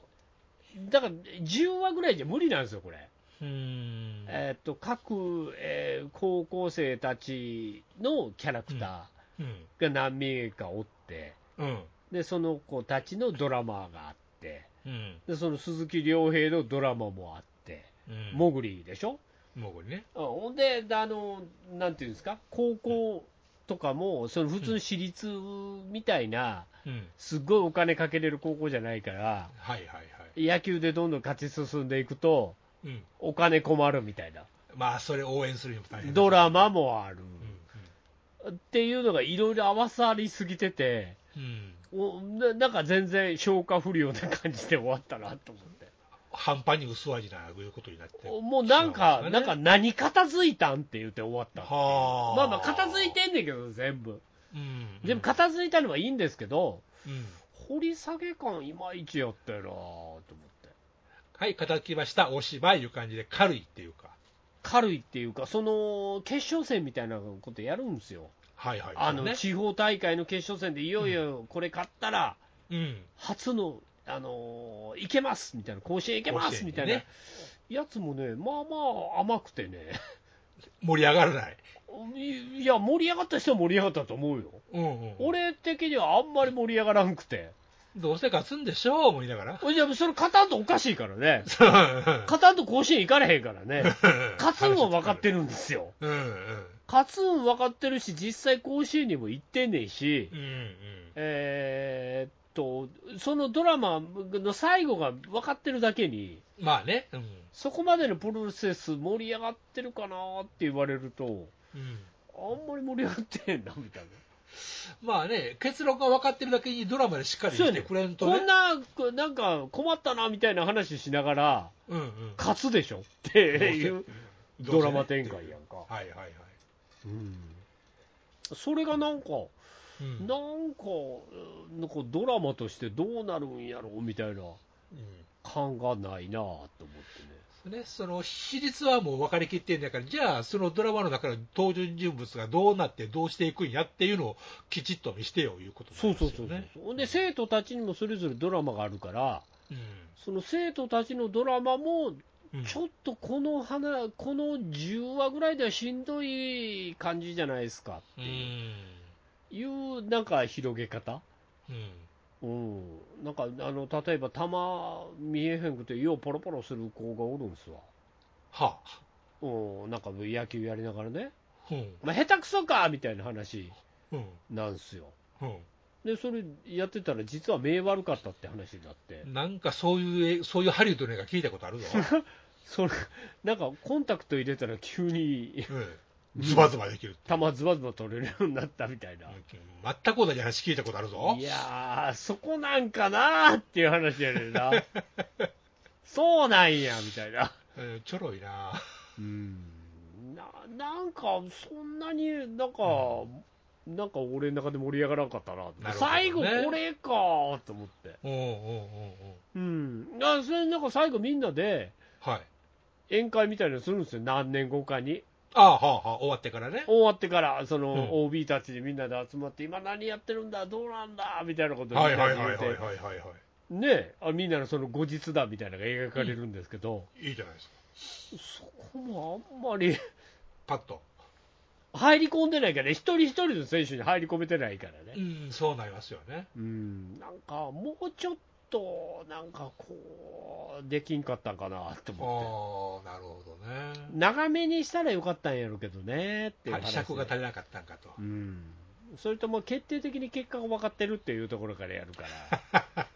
Speaker 2: だから10話ぐらいじゃ無理なんですよ、これ。
Speaker 3: ううん
Speaker 2: えーっと各、えー高校生たちのキャラクタ
Speaker 3: うん
Speaker 2: ーが何名かおって、
Speaker 3: うん
Speaker 2: でその子たちのドラマがあって、
Speaker 3: うん
Speaker 2: でその鈴木亮平のドラマもあって、
Speaker 3: うん
Speaker 2: モグリでしょ、
Speaker 3: もうこれね
Speaker 2: うんほんであの、なんていうんですか、高校とかも、その普通の私立みたいな、
Speaker 3: うん
Speaker 2: すっごいお金かけれる高校じゃないから、
Speaker 3: はいはいはい
Speaker 2: 野球でどんどん勝ち進んでいくと、
Speaker 3: うん
Speaker 2: お金困るみたいな、
Speaker 3: まあそれ応援するにも大変
Speaker 2: ドラ
Speaker 3: マ
Speaker 2: マもある。
Speaker 3: う
Speaker 2: っていうのがいろいろ合わさりすぎてて、
Speaker 3: んうん
Speaker 2: おななんか全然消化不良な感じで終わったなと思って、
Speaker 3: 半端に薄味ないうことになって
Speaker 2: おもうなんか、
Speaker 3: そ
Speaker 2: な
Speaker 3: うなん
Speaker 2: ん
Speaker 3: ですか
Speaker 2: か何片付いたんって言って終わったっていう
Speaker 3: はあ
Speaker 2: まあまあ、片付いてんねんけど、全部、
Speaker 3: うん
Speaker 2: 全部片付いたのはいいんですけど、
Speaker 3: うん
Speaker 2: 掘り下げ感、いまいちやったよなと思って、
Speaker 3: はい、片付きました、おしまいいう感じで軽いっていうか、
Speaker 2: 軽いっていうか、その決勝戦みたいなことやるんですよ、
Speaker 3: はいはい、
Speaker 2: あの
Speaker 3: ね、
Speaker 2: 地方大会の決勝戦で、いよいよこれ勝ったら、
Speaker 3: うん、
Speaker 2: 初の、あのー、いけますみたいな、甲子園いけま
Speaker 3: 甲子
Speaker 2: す
Speaker 3: 園
Speaker 2: み
Speaker 3: に
Speaker 2: た
Speaker 3: ね
Speaker 2: いなやつもね、まあまあ甘くてね、
Speaker 3: 盛り上がらない、
Speaker 2: いいや、盛り上がった人は盛り上がったと思うよ、
Speaker 3: うんうん、
Speaker 2: 俺的にはあんまり盛り上がらんく て、
Speaker 3: どうせ勝つんでしょう、思いながら、
Speaker 2: いやそれ、勝たんとおかしいから ね、
Speaker 3: そううん
Speaker 2: 勝たんと甲子園行かれへんから ね、
Speaker 3: うん
Speaker 2: 勝つんは分かってるんですよ、
Speaker 3: うんうん、
Speaker 2: 勝つん分かってるし、実際、甲子園にも行ってんねんし
Speaker 3: うん、
Speaker 2: えーっと、そのドラマの最後が分かってるだけに、
Speaker 3: うん、まあね、うん、
Speaker 2: そこまでのプロセス盛り上がってるかなって言われると、
Speaker 3: うん、
Speaker 2: あんまり盛り上がってへんなみたいな。
Speaker 3: まあね、結論が分かってるだけにドラマでしっかり
Speaker 2: そう
Speaker 3: し
Speaker 2: や
Speaker 3: て
Speaker 2: ね
Speaker 3: くれんと
Speaker 2: こん
Speaker 3: ね、
Speaker 2: な、こなんか困ったなみたいな話しながら、
Speaker 3: うんうん、
Speaker 2: 勝つでしょっていう
Speaker 3: ど うせね
Speaker 2: ドラマ展開やんか。
Speaker 3: はいはいはい、
Speaker 2: うんそれがなんか、
Speaker 3: うん
Speaker 2: なんか、うんなんかドラマとしてどうなるんやろうみたいな
Speaker 3: う
Speaker 2: 感がないなと思ってね。
Speaker 3: んね、その比率はもう分かりきってんだから、じゃあ、そのドラマの中の登場人物がどうなって、どうしていくんやっていうのをきちっと見してよいうこと
Speaker 2: そうそう
Speaker 3: です
Speaker 2: そう
Speaker 3: よね。
Speaker 2: そう。ほんで、生徒たちにもそれぞれドラマがあるから、
Speaker 3: うん
Speaker 2: その生徒たちのドラマも
Speaker 3: うん
Speaker 2: ちょっとこの花この10話ぐらいではしんどい感じじゃないですか
Speaker 3: う
Speaker 2: っ
Speaker 3: ん
Speaker 2: ていう,、いうなんか広げ方、
Speaker 3: うん
Speaker 2: うん、なんかあの例えば玉見えへんくてようポロポロする子がおるんですわ、
Speaker 3: は
Speaker 2: うん、なんか野球やりながらね、
Speaker 3: あうん
Speaker 2: まあ、下手くそかみたいな話
Speaker 3: うん
Speaker 2: なんすよ
Speaker 3: う
Speaker 2: でそれやってたら実は目悪かったって話になって、
Speaker 3: ん、なんかそういうえ、そういうハリウッドの映画聞いたことある ぞ、
Speaker 2: それなんかコンタクト入れたら急に
Speaker 3: うん、ズバズバできるって、
Speaker 2: 玉ズバズバ取れるようになったみたいな、
Speaker 3: うん全く同じ話聞いたことあるぞ
Speaker 2: い、やー、そこなんかなーっていう話やねん な。そうなんや、みたいな。
Speaker 3: えーちょろいな、
Speaker 2: うん。な、なんか、そんなに、なんか、なんか俺の中で盛り上がらんかったなって
Speaker 3: なるほどね
Speaker 2: 最後これかーと思って。
Speaker 3: うんうんうんうん、
Speaker 2: うん。あそれなんか最後みんなで
Speaker 3: はい、
Speaker 2: 宴会みたいなのするんですよ。何年後かに。
Speaker 3: ああ、はあ、はあ、終わってからね、
Speaker 2: 終わってから、その、
Speaker 3: うん
Speaker 2: OB たちでみんなで集まって、今何やってるんだ、どうなんだ、みたいなことを
Speaker 3: は
Speaker 2: み
Speaker 3: い
Speaker 2: んな
Speaker 3: はい
Speaker 2: で
Speaker 3: はい
Speaker 2: 言
Speaker 3: は
Speaker 2: っ
Speaker 3: い
Speaker 2: て
Speaker 3: はいはい、は
Speaker 2: ねあみんなのその後日談みたいなのが描かれるんですけど、
Speaker 3: い、いいじゃないですか、
Speaker 2: そこもあんまり
Speaker 3: パッと、
Speaker 2: 入り込んでないからね、一人一人の選手に入り込めてないから
Speaker 3: う
Speaker 2: ね、
Speaker 3: ん、そうなりますよね、
Speaker 2: うん、なんかもうちょっと、なんかこう、できんかったんかなと
Speaker 3: ああ
Speaker 2: 思って。、
Speaker 3: なるほどね、
Speaker 2: 長めにしたらよかったんやろうけどねっていう
Speaker 3: はい
Speaker 2: 話で
Speaker 3: 尺が足りなかったんかと、
Speaker 2: うん、それとも決定的に結果が分かってるっていうところからやる から、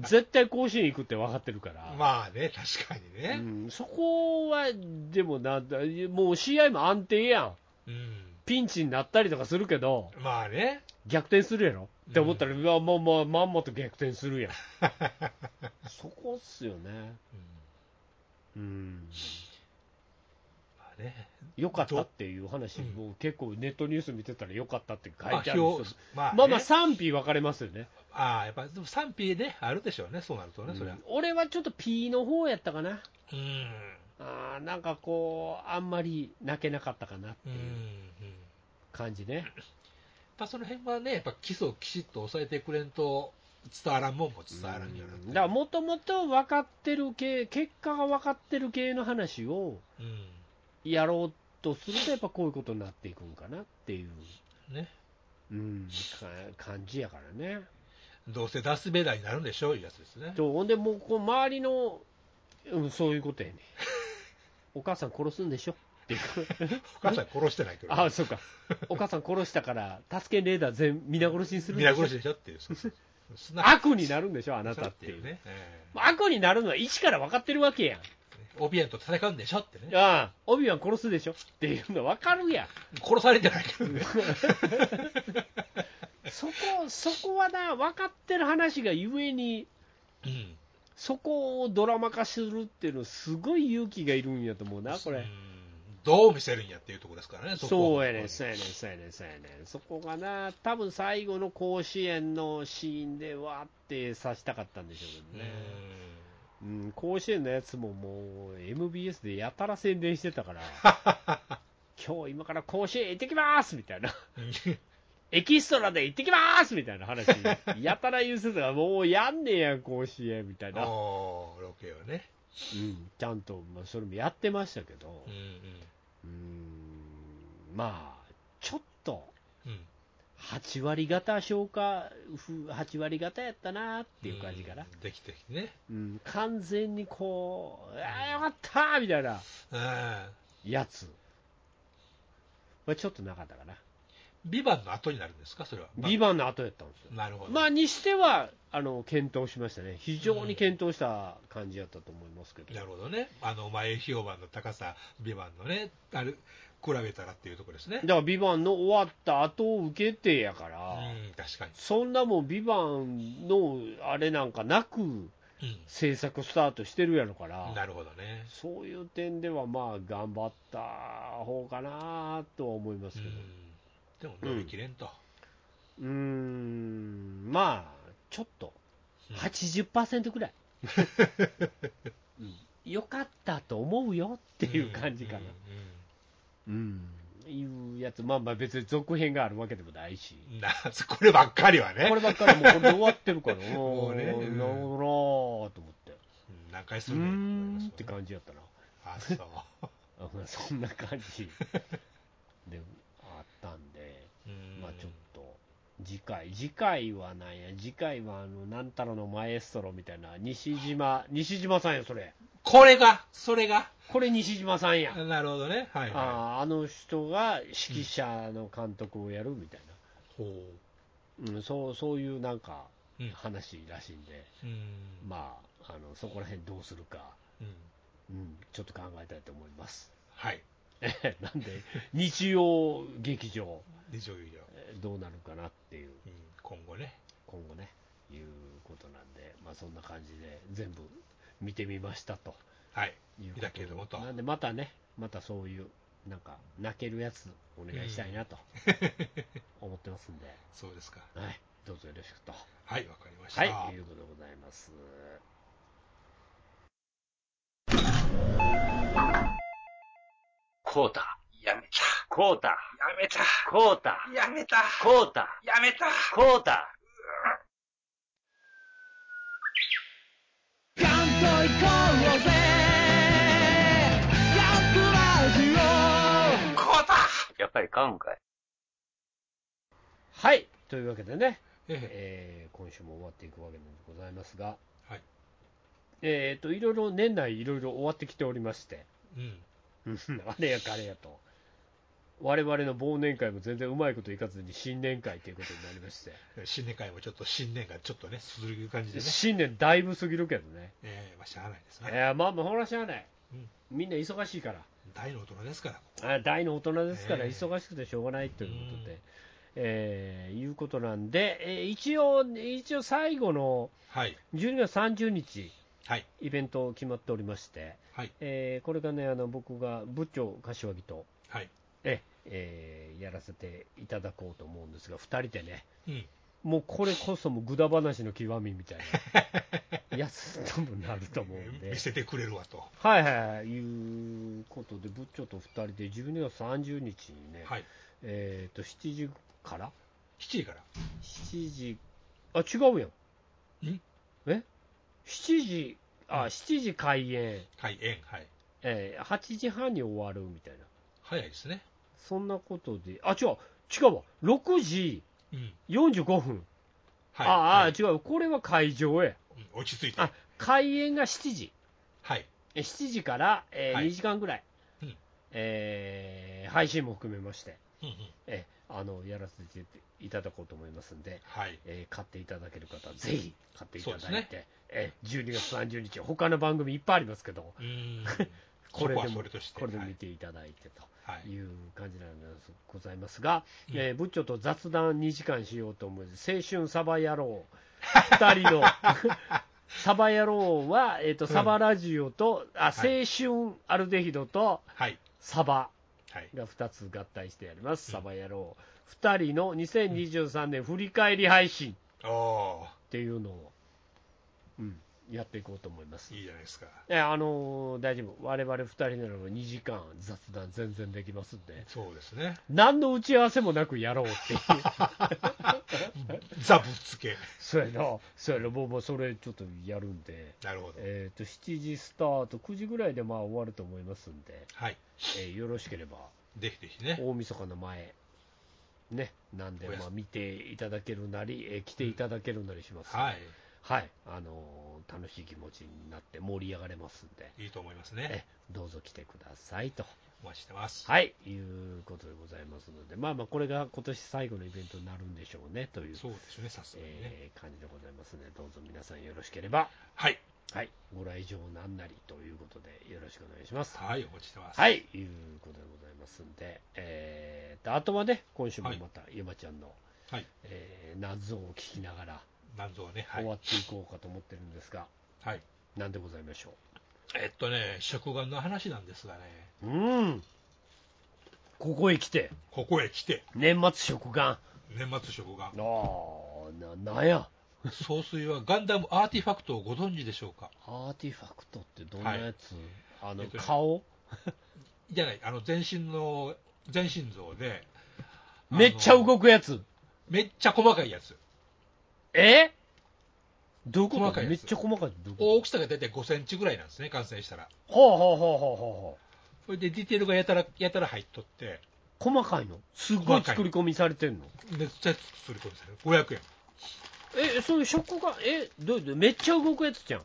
Speaker 2: 絶対甲子園行くって分かってるから、
Speaker 3: まあね、確かにね、
Speaker 2: うん、そこは、でもなんだ、もう試合も安定やん、
Speaker 3: うん、
Speaker 2: ピンチになったりとかするけど、
Speaker 3: まあね、
Speaker 2: 逆転するやろ
Speaker 3: うん
Speaker 2: って思ったら、うわ、まあまあ、まんまと逆転するやん。そこっすよね。う
Speaker 3: うん、
Speaker 2: ん。
Speaker 3: まあね、
Speaker 2: よかったっていう話、
Speaker 3: どうん
Speaker 2: もう結構ネットニュース見てたらよかったって書
Speaker 3: ま
Speaker 2: い
Speaker 3: あ
Speaker 2: てある人
Speaker 3: 票、まあ、
Speaker 2: まあまあ
Speaker 3: ね
Speaker 2: 賛否分かれますよね。
Speaker 3: ああ、やっぱでも賛否ね、あるでしょうね、そうなるとね、それは。
Speaker 2: うん俺はちょっと P の方やったかな。
Speaker 3: うん、
Speaker 2: あーなんかこう、あんまり泣けなかったかなって
Speaker 3: うん、う
Speaker 2: いう
Speaker 3: んやっ
Speaker 2: 感じね。
Speaker 3: ぱその辺はね、やっぱ基礎をきちっと抑えてくれんと、伝わらんもんも伝わらんようになって
Speaker 2: だからもともと分かってる系、結果が分かってる系の話を
Speaker 3: うん、
Speaker 2: やろうとすると、やっぱこういうことになっていくんかなっていう、
Speaker 3: ね、
Speaker 2: うん、か感じやからね。
Speaker 3: どうせダースベイダーになるんでしょういうやつですね。
Speaker 2: とほんで、もうこう周りの、うん、そういうことやね。 お母さん殺すんでしょって いう。
Speaker 3: お母さん殺してないけど、
Speaker 2: ああ、そうか。お母さん殺したから、助けレーダー全皆殺しにするんで
Speaker 3: 皆
Speaker 2: しょ
Speaker 3: 殺しでしょ っていう、そうそうそんな
Speaker 2: 悪になるんでしょ、あなたっていう。
Speaker 3: ね、ええ
Speaker 2: 悪になるのは一から分かってるわけやん。
Speaker 3: オビエンと戦うんでしょってね、
Speaker 2: ああ、オビワン殺すでしょっていうの分かるやん。
Speaker 3: 殺されてないけ どね、
Speaker 2: そこ、そこはな、分かってる話がゆえに、
Speaker 3: うん、
Speaker 2: そこをドラマ化するっていうの、すごい勇気がいるんやと思うな、こ
Speaker 3: う
Speaker 2: れ。
Speaker 3: んどう見せるんやっていうところですからね、こ
Speaker 2: そうやねん、そうやねん、そうやねん、そうやねん。そこがな、多分最後の甲子園のシーンでわーって刺したかったんでしょうけどね。うん、甲子園のやつももう MBS でやたら宣伝してたから、 今日今から甲子園行ってきますみたいな。
Speaker 3: うん
Speaker 2: エキストラで行ってきますみたいな 話、やたら言うてたから、もうやんねえやん、甲子園みたいな、
Speaker 3: おーロケをね、
Speaker 2: うんちゃんと、まあ、それもやってましたけど
Speaker 3: う、ん
Speaker 2: うんまあ、ちょっと
Speaker 3: うんうん、
Speaker 2: 8割方消化、ふ8割方やったなっていう感じかな、
Speaker 3: うんできてきてね、
Speaker 2: うん完全にこう、ああ、よかったーみたいな
Speaker 3: うん、
Speaker 2: やつ、まあ、ちょっとなかったかな、
Speaker 3: ビバンの後になるんですか、それは。
Speaker 2: ビバンの後やったんですよ。
Speaker 3: なるほど、
Speaker 2: まあ、にしてはあの検討しましたね、非常に検討した感じやったと思いますけど、
Speaker 3: なるほどね、あの前評判の高さ、ビバンのね、あれ比べたらっていうところですね
Speaker 2: だ、から、ビバンの終わった後を受けてやか
Speaker 3: う
Speaker 2: ら、
Speaker 3: ん、確かに、
Speaker 2: そんなもん、ビバンのあれなんかなく制作スタートしてるやろか
Speaker 3: うん、
Speaker 2: ら、
Speaker 3: なるほどね、
Speaker 2: そういう点では、まあ、頑張った方かなとは思います
Speaker 3: う
Speaker 2: けど、
Speaker 3: ん、でも伸びきれんと、
Speaker 2: うーん、まあ、ちょっと
Speaker 3: うん
Speaker 2: 80%くらい。 うんよかったと思うよっていう感じかな。うん、いうやつ、まあまあ別に続編があるわけでもないし、
Speaker 3: うん うんなこればっかりはね
Speaker 2: これ、ばっかりもうこれで終わってるから、
Speaker 3: もうね
Speaker 2: おーなるほどなーと思って、
Speaker 3: うん何回す
Speaker 2: うー
Speaker 3: るの
Speaker 2: んって
Speaker 3: か
Speaker 2: 感じやったな。
Speaker 3: あ、そう。
Speaker 2: うんそんな感じであったんで、
Speaker 3: うん
Speaker 2: まあちょっと、次回、次回はなんや、次回はあの、なんたらのマエストロみたいな、西 島、西島さんや、それ。
Speaker 3: これが、それが。
Speaker 2: これ西島さんや。
Speaker 3: なるほどね。はいは
Speaker 2: あーあの人が指揮者の監督をやるみたい
Speaker 3: い。ほ
Speaker 2: な、うん、そうそういうなんか
Speaker 3: う。う ん。
Speaker 2: 話らしいんで、
Speaker 3: うん。
Speaker 2: まあ、あのそこら辺どうするか、
Speaker 3: うん
Speaker 2: うん、ちょっと考えたいと思います。
Speaker 3: はい。
Speaker 2: なんで、日曜劇場、
Speaker 3: で、女優よ。
Speaker 2: えーどうなるかなっていう、
Speaker 3: うん今後ね。
Speaker 2: 今後ね、いうことなんで、まあ、そんな感じで全部見てみましたと
Speaker 3: はい。
Speaker 2: いうこと
Speaker 3: だけどもと
Speaker 2: なんで、またね、またそういう、なんか、泣けるやつ、お願いしたいなと思ってますんで。
Speaker 3: そうですか。
Speaker 2: はい、どうぞよろしくと。
Speaker 3: はい、わかりました。
Speaker 2: はい、いうことでございます。
Speaker 4: こうた、やめた、
Speaker 2: コータ、
Speaker 4: やめた、
Speaker 2: コータ、
Speaker 4: やめた、
Speaker 2: コータ、
Speaker 4: やめた。
Speaker 2: コータ。
Speaker 5: ガンと行こうぜガンプラジ
Speaker 4: こうたやっぱり買うんかい。
Speaker 2: はい、というわけでね、
Speaker 3: え
Speaker 2: えー今週も終わっていくわけなんでございますが、
Speaker 3: はい。
Speaker 2: えっ、と、いろいろ年内いろいろ終わってきておりまして、
Speaker 3: えうん。
Speaker 2: うんあれやかあれやと。我々の忘年会も全然うまいこといかずに新年会ということになりまして、
Speaker 3: 新年会もちょっと新年がちょっとね、する感じでね。
Speaker 2: 新年だいぶ過ぎるけどね。
Speaker 3: ええまあ、しゃあないです
Speaker 2: い
Speaker 3: ね。
Speaker 2: や、まあまあ、ほらしゃあない
Speaker 3: うん。
Speaker 2: みんな忙しいから。
Speaker 3: 大の大人ですから。
Speaker 2: あ大の大人ですから、
Speaker 3: ええ
Speaker 2: 忙しくてしょうがないということ
Speaker 3: う
Speaker 2: で、えーいうことなんで、えー一応、一応最後の
Speaker 3: はい。
Speaker 2: 12月30日、
Speaker 3: はい。
Speaker 2: イベント決まっておりまして、
Speaker 3: はい。
Speaker 2: えーこれがね、あの僕が部長、柏木と、
Speaker 3: はい。
Speaker 2: ええーやらせていただこうと思うんですが、2人でね、
Speaker 3: うん。
Speaker 2: もうこれこそもうぐだ話の極みみたいな やつともなると思うんで
Speaker 3: 見。せてくれるわと。
Speaker 2: はいはいはい、いうことで、部長と2人で12月30日にね、
Speaker 3: はい。
Speaker 2: えー、と7時から
Speaker 3: 7時から。
Speaker 2: 7時あ違うやん
Speaker 3: ん
Speaker 2: え7時あ
Speaker 3: うん
Speaker 2: 7時開演、
Speaker 3: 開演。はい。
Speaker 2: えー8時半に終わるみたいな
Speaker 3: 早いですね。
Speaker 2: そんなことであ違う違うわ6時
Speaker 3: うん。
Speaker 2: 45分、
Speaker 3: はい。
Speaker 2: ああ、
Speaker 3: はい
Speaker 2: 違うこれは会場へ
Speaker 3: うん落ち着いて。
Speaker 2: あ開演が7時
Speaker 3: はい。
Speaker 2: え7時から、え
Speaker 3: はい
Speaker 2: 2時間ぐらい、
Speaker 3: うん
Speaker 2: えー配信も含めまして、
Speaker 3: うんうん。
Speaker 2: えあのやらせていただこうと思いますんで、
Speaker 3: はい。
Speaker 2: えー買っていただける方はぜひ買っていただい
Speaker 3: そ
Speaker 2: て、
Speaker 3: うです
Speaker 2: えー12月30日、他の番組いっぱいありますけど、
Speaker 3: うーん。
Speaker 2: これで
Speaker 3: そこは
Speaker 2: も
Speaker 3: それとして
Speaker 2: これで
Speaker 3: は
Speaker 2: 見
Speaker 3: い
Speaker 2: ていただいてと
Speaker 3: はい。
Speaker 2: いう感じなんでございますが、
Speaker 3: うん
Speaker 2: えー部長と雑談2時間しようと思います、青春サバ野郎、2人の サバ野郎は、えー、とサバラジオと、あ青
Speaker 3: はい
Speaker 2: 春アルデヒドと
Speaker 3: はい。
Speaker 2: サバ。
Speaker 3: はい。
Speaker 2: が2つ合体してやります、サバ野郎2人の2023年振り返り配信
Speaker 3: お
Speaker 2: っていうのを、うん、やっていこうと思います
Speaker 3: ー、。いいじゃないですか。
Speaker 2: えあのー大丈夫、我々2人ならば2時間雑談全然できますんで、
Speaker 3: そうですね。
Speaker 2: 何の打ち合わせもなくやろうって いう、
Speaker 3: ザぶっつけ。
Speaker 2: そうやな、そうやな、もうもうそれちょっとやるんで、
Speaker 3: なるほど。
Speaker 2: えー、と7時スタート、9時ぐらいでまあ終わると思いますんで、
Speaker 3: はい。
Speaker 2: えーよろしければ、
Speaker 3: ぜひぜひね。
Speaker 2: 大晦日の前、ね、なんで
Speaker 3: おやす
Speaker 2: まあ見ていただけるなり、えー来ていただけるなりします、
Speaker 3: は
Speaker 2: はい、あのー楽しい気持ちになって盛り上がれますんで、
Speaker 3: い。いいと思います
Speaker 2: え
Speaker 3: ね。
Speaker 2: どうぞ来てくださいと、
Speaker 3: お待ちしてます。
Speaker 2: はい、いうことでございますので、まあまあ、これが今年最後のイベントになるんでしょうねという、
Speaker 3: そうですね、さすがにね。
Speaker 2: えー感じでございますので、どうぞ皆さんよろしければ、
Speaker 3: はい。
Speaker 2: はい、ご来場なんなりということで、よろしくお願いします。
Speaker 3: はい、お待ちしてます。
Speaker 2: はい、いうことでございますんで、えーと、あとはね、今週もまた、ゆまちゃんの、
Speaker 3: はい。
Speaker 2: えー謎を聞きながら、
Speaker 3: なんぞはね、は
Speaker 2: 終わ
Speaker 3: い。
Speaker 2: っていこうかと思ってるんですが、
Speaker 3: はい。
Speaker 2: なんでございましょ
Speaker 3: えっとね、食玩の話なんですがね、
Speaker 2: う。うん、ここへ来て、
Speaker 3: ここへ来て、
Speaker 2: 年末食玩。、
Speaker 3: 年末食が
Speaker 2: ああ、な、なんや。
Speaker 3: 総帥はガンダムアーティファクトをご存知でしょうか
Speaker 2: アーティファクトってどんなやつ、あの
Speaker 3: えっ、とね
Speaker 2: 顔
Speaker 3: じゃない、あの、全身の、全身像で、
Speaker 2: めっちゃ
Speaker 3: あの
Speaker 2: 動くやつ。
Speaker 3: めっちゃ細かいやつ。
Speaker 2: えどういうこと
Speaker 3: 細かいやつ
Speaker 2: めっちゃ細かい。どういうこ
Speaker 3: 大きさが大体5センチぐらいなんですね、完成したら。
Speaker 2: とはあ、はあはあはあはあはあ、
Speaker 3: それでディテールがやたらやたら入っとって、
Speaker 2: 細かいのすっごい作り込みされてんの
Speaker 3: で、ちゃ作り込みされる。500円。
Speaker 2: え、そういう食感、え、どういうことめっちゃ動くやつじゃん。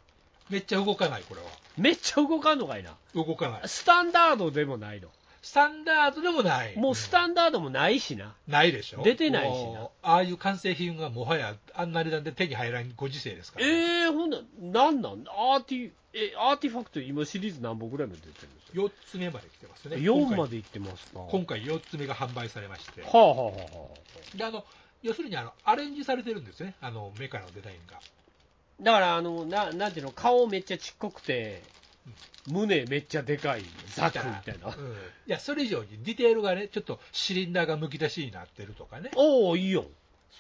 Speaker 3: めっちゃ動かない、これは。
Speaker 2: めっちゃ動かんのかいな。
Speaker 3: 動かない。
Speaker 2: スタンダードでもないの。
Speaker 3: スタンダードでもない。
Speaker 2: もうスタンダードもないしな。
Speaker 3: うんないでしょ。
Speaker 2: 出てないしな
Speaker 3: もうああいう完成品がもはやあんな値段で手に入らんご時世ですから。
Speaker 2: えー、ほんなら、なんなんアーティ、え、アーティファクト今シリーズ何本ぐらいまで出てるんですか
Speaker 3: 4つ目まで来てますね。
Speaker 2: 4ま
Speaker 3: で
Speaker 2: でいってますか。は
Speaker 3: 今回4つ目が販売されまして。
Speaker 2: あ、はあはあは
Speaker 3: であの要するにあのアレンジされてるんですね、あのメカのデザインが。
Speaker 2: あ、だから、あの、ななんていうの、顔めっちゃちっこくて、胸めっちゃでかい、ザクみたいな
Speaker 3: う。んいや、それ以上にディテールがね、ちょっとシリンダーがむき出しになってるとかね、
Speaker 2: おおいいよ。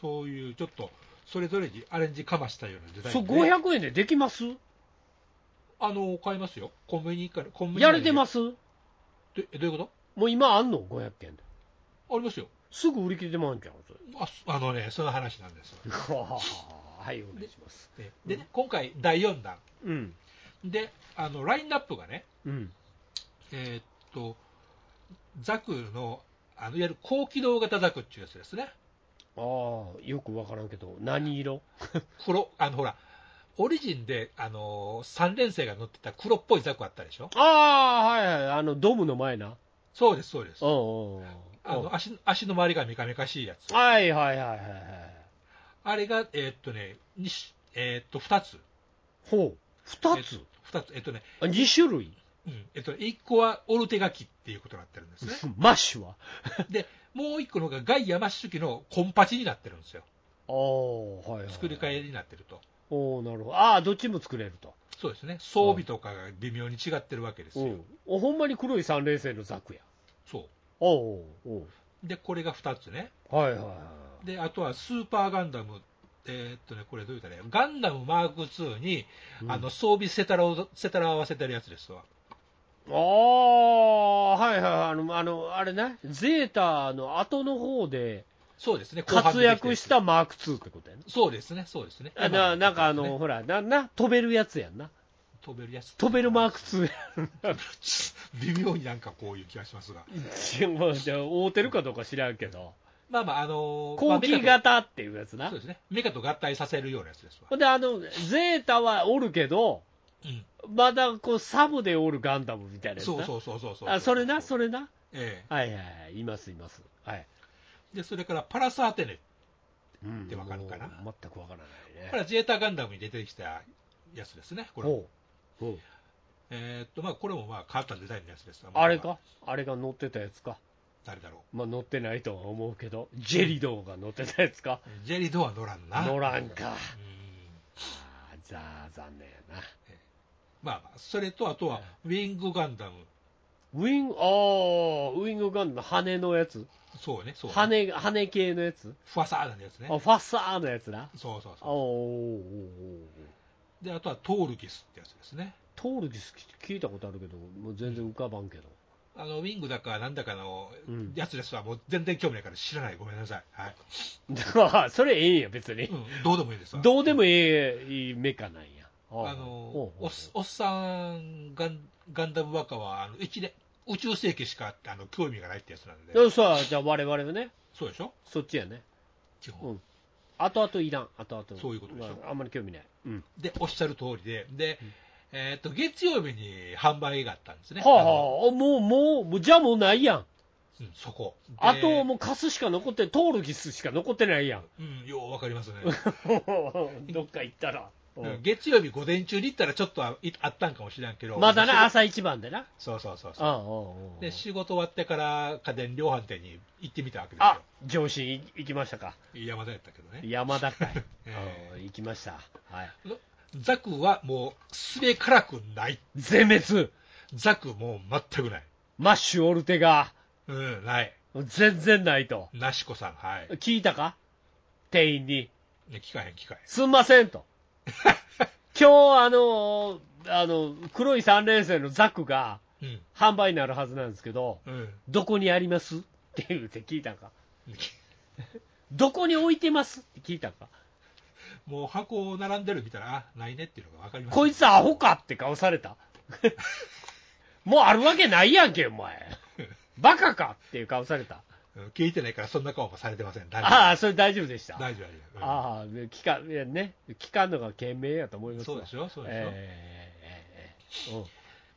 Speaker 3: そういうちょっと、それぞれにアレンジかましたようなデザイ
Speaker 2: そう、
Speaker 3: ンで、
Speaker 2: 500円でできます
Speaker 3: あの買いますよ、コンビニから、コンビニ。
Speaker 2: やれてますすも
Speaker 3: どえどういうこ
Speaker 2: う今あんの ?500 円で。
Speaker 3: とありますよ
Speaker 2: すぐ売り切れてまうんじゃん、それ。
Speaker 3: あ、すあのね、その話なんですよ。
Speaker 2: はい、お願いします。
Speaker 3: ででね、今回、第4弾。
Speaker 2: うん。
Speaker 3: で、あのラインナップがね、
Speaker 2: うん。
Speaker 3: えーっと、ザクの、あのいわゆる高機動型ザクっていうやつですね。
Speaker 2: ああ、よくわからんけど、何色
Speaker 3: 黒、あのほら、オリジンで、あのー、3連星が乗ってた黒っぽいザクあったでしょ、
Speaker 2: ああ、はいはい、あの、ドムの前な。
Speaker 3: そうです、そうです
Speaker 2: う、んうんうん。
Speaker 3: あ
Speaker 2: うん
Speaker 3: の足足の周りがメカメカしいやつ、
Speaker 2: はいはいはいはいはい。
Speaker 3: あれが、えーっとね、にしえーっと2つ、
Speaker 2: ほう。二つ
Speaker 3: 2つ、えーっとね、
Speaker 2: あ二種類
Speaker 3: うんえーっとね、1個はオルテガキっていうことになってるんですね、
Speaker 2: マッシュは
Speaker 3: でもう1個のがガイ・ヤマシチュキのコンパチになってるんですよ、
Speaker 2: ああ、はい、はい。
Speaker 3: 作り替え
Speaker 2: え。
Speaker 3: になってると、
Speaker 2: おおなるほど。ああ、どっちも作れると。
Speaker 3: そうですね、装備とかが微妙に違ってるわけです
Speaker 2: う
Speaker 3: よ、
Speaker 2: ん。おほんまに黒い三連星のザクや。
Speaker 3: そ
Speaker 2: おおお
Speaker 3: うでこれが2つね。
Speaker 2: うはいはいはい。
Speaker 3: であとはスーパーガンダム、えーっとね、これどういうたらいいのガンダムマーク2に、
Speaker 2: うん
Speaker 3: あの装備セタラをセタラを合わせてるやつですわ、
Speaker 2: ああ、はいはいはい。あの、あの、あれね、ゼータの後の方で
Speaker 3: そうですね、後半
Speaker 2: 活
Speaker 3: でできてる
Speaker 2: 躍したマーク2ってことやな。
Speaker 3: そうですね、そうですね、
Speaker 2: あななんかあの、ほら、な、な、飛べるやつやんな。
Speaker 3: 飛べるやつ、
Speaker 2: 飛べるマーク2やん。
Speaker 3: 微妙になんかこういう気がしますが、
Speaker 2: 一応まあじゃあ、合うてるかどうか知らんけど、
Speaker 3: まあまあ、あのーまあ
Speaker 2: 後期
Speaker 3: メカ
Speaker 2: 型っていうやつ
Speaker 3: と
Speaker 2: な
Speaker 3: そう。ですね、メカと合体させるようなやつですわ、
Speaker 2: ほんで、あの、ゼータはおるけど、
Speaker 3: うん
Speaker 2: まだこう、サブでおるガンダムみたいなやつな。
Speaker 3: そうそうそうそうそう、
Speaker 2: あ、それな、それな。
Speaker 3: え
Speaker 2: はいはいはい、います、います。はい。
Speaker 3: えでそれからパラサーテネ、
Speaker 2: うん
Speaker 3: でわかるかな
Speaker 2: もう全くわからないね。
Speaker 3: これはジェータガンダムに出てきたやつですね、これも、
Speaker 2: ほうほう
Speaker 3: えーっとまあ、これもまあ変わったデザインのやつですわ
Speaker 2: あれかあれが乗ってたやつか。
Speaker 3: 誰だろう。
Speaker 2: まあ、乗ってないとは思うけど、ジェリドーが乗ってたやつか。
Speaker 3: ジェリドは乗らんな。
Speaker 2: 乗ら
Speaker 3: うんん。
Speaker 2: か。あーざあ、残念やな。
Speaker 3: まあまあ、それとあとは、ウィングガンダム。
Speaker 2: ウィング、あーウィングガンダムの羽のやつ。
Speaker 3: そうね、そう、ね。。
Speaker 2: 羽、羽系のやつ。
Speaker 3: ふわさーなんですね
Speaker 2: あ、フ。ァッサーのやつな。
Speaker 3: そうそう
Speaker 2: あー
Speaker 3: そ
Speaker 2: おーおーおー
Speaker 3: う。で、あとはトールキスってやつですね。
Speaker 2: トールディス聞いたことあるけど、もう全然浮かばん けど。
Speaker 3: あの、ウィングだかなんだかの
Speaker 2: うん
Speaker 3: やつですわ。もう全然興味ないから知らない。ごめんなさい。はい。
Speaker 2: それええんや、別に
Speaker 3: う。ん、どうでもいいですわ。
Speaker 2: どうでもええいいメカなんや。ーほうほう
Speaker 3: あの
Speaker 2: ほう
Speaker 3: おっ、おっさんガン、ガンダム若は、あの、一年、宇宙世紀しか、あの、興味がないってやつなんで。
Speaker 2: そうそう、じゃあ我々はね、
Speaker 3: そうでしょ
Speaker 2: そっちやね。
Speaker 3: 基本。
Speaker 2: うん。後々いらん、後々。
Speaker 3: そういうことでしょ
Speaker 2: まああんまり興味ない。うん。
Speaker 3: で、おっしゃる通りで、で、えーっと、月曜日に販売があったんですね。
Speaker 2: はあ、
Speaker 3: あの
Speaker 2: はあ、もう、もう、もうじゃあもうないやん。
Speaker 3: うん、そこ。で
Speaker 2: あと、もうカスしか残って、トールギスしか残ってない やん。
Speaker 3: うん、ようわかりますね。
Speaker 2: どっか行ったら。
Speaker 3: うん月曜日午前中に行ったらちょっとあいあったんかもしれんけど。
Speaker 2: まだな、
Speaker 3: 私
Speaker 2: 朝一番でな。
Speaker 3: そうそうそうそう。
Speaker 2: ああ
Speaker 3: で、仕事終わってから家電量販店に行ってみたわけで
Speaker 2: あ、上司い行きましたか。
Speaker 3: すよ。山田やったけどね。
Speaker 2: 山田会。
Speaker 3: え
Speaker 2: ああ行きました。はい。
Speaker 3: ザクはもうすべからくない。
Speaker 2: 全滅
Speaker 3: ザクもう全くない。
Speaker 2: マッシュ・オルテガ。
Speaker 3: うん、ない。
Speaker 2: 全然ないと。
Speaker 3: なしこさん、はい。
Speaker 2: 聞いたか店員に。
Speaker 3: ね、聞かへん、聞かへん。
Speaker 2: すんません と。今日、あのーあの、黒い三連星のザクが
Speaker 3: うん、
Speaker 2: 販売になるはずなんですけど、
Speaker 3: うん。
Speaker 2: どこにありますって言うて聞いたんか。どこに置いてますって聞いたんか。
Speaker 3: もう箱を並んでるみたいな、あないねっていうのが分かります。
Speaker 2: こいつアホかって顔された。 もうあるわけないやんけ、お前。バカかっていう顔された。
Speaker 3: うん聞いてないから、そんな顔もされてません。大
Speaker 2: あ
Speaker 3: 丈
Speaker 2: あ、それ大丈夫でした。
Speaker 3: 夫。大丈夫、大丈夫うん
Speaker 2: ああ、聞か、いやね、聞かんのが賢明やと思いますわ
Speaker 3: そうでしょ、そうでしょ。
Speaker 2: ええええええうん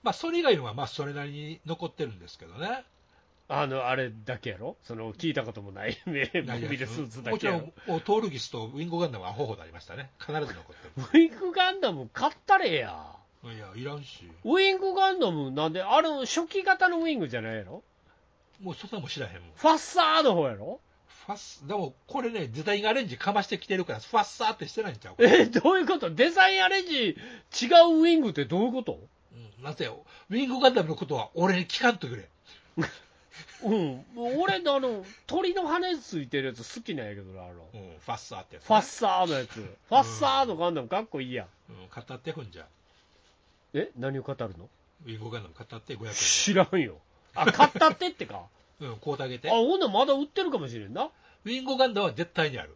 Speaker 3: まあ、それ以外のは、まあ、それなりに残ってるんですけどね。
Speaker 2: あの、あれだけやろその、聞いたこともない、 メビルスーツだ
Speaker 3: もち
Speaker 2: けや
Speaker 3: ろ
Speaker 2: ろ
Speaker 3: ん、おトールギスとウィンゴガンダムはアホほどありましたね。必ず残って
Speaker 2: ウィングガンダム買ったれや。
Speaker 3: る。いや、いらんし。
Speaker 2: ウィングガンダムなんで、あれ、初期型のウィングじゃないやろ
Speaker 3: もう、そんなもん知らへんもん。
Speaker 2: ファッサーの方やろ
Speaker 3: ファッス、でも、これね、時代がアレンジかましてきてるから、ファッサーってしてないんちゃうか。
Speaker 2: え、どういうことデザインアレンジ、違うウィングってどういうこと
Speaker 3: うん、なぜよ。ウィンゴガンダムのことは俺に聞かんとくれ。
Speaker 2: うん。俺のあの、鳥の羽ついてるやつ好きなんやけどな、あの。
Speaker 3: うん、ファッサーってやつ、
Speaker 2: ファッサーのやつ。ファッサーのガンダムかっこいいやん。
Speaker 3: うん、語ってほんじゃ。
Speaker 2: え、何を語るの
Speaker 3: ウィンゴガンダム語って500
Speaker 2: 知らんよ。あ、買ったってって か。
Speaker 3: 円。うん、買うてあげて
Speaker 2: あ、。ほんならまだ売ってるかもしれんな。
Speaker 3: ウィンゴガンダムは絶対にある。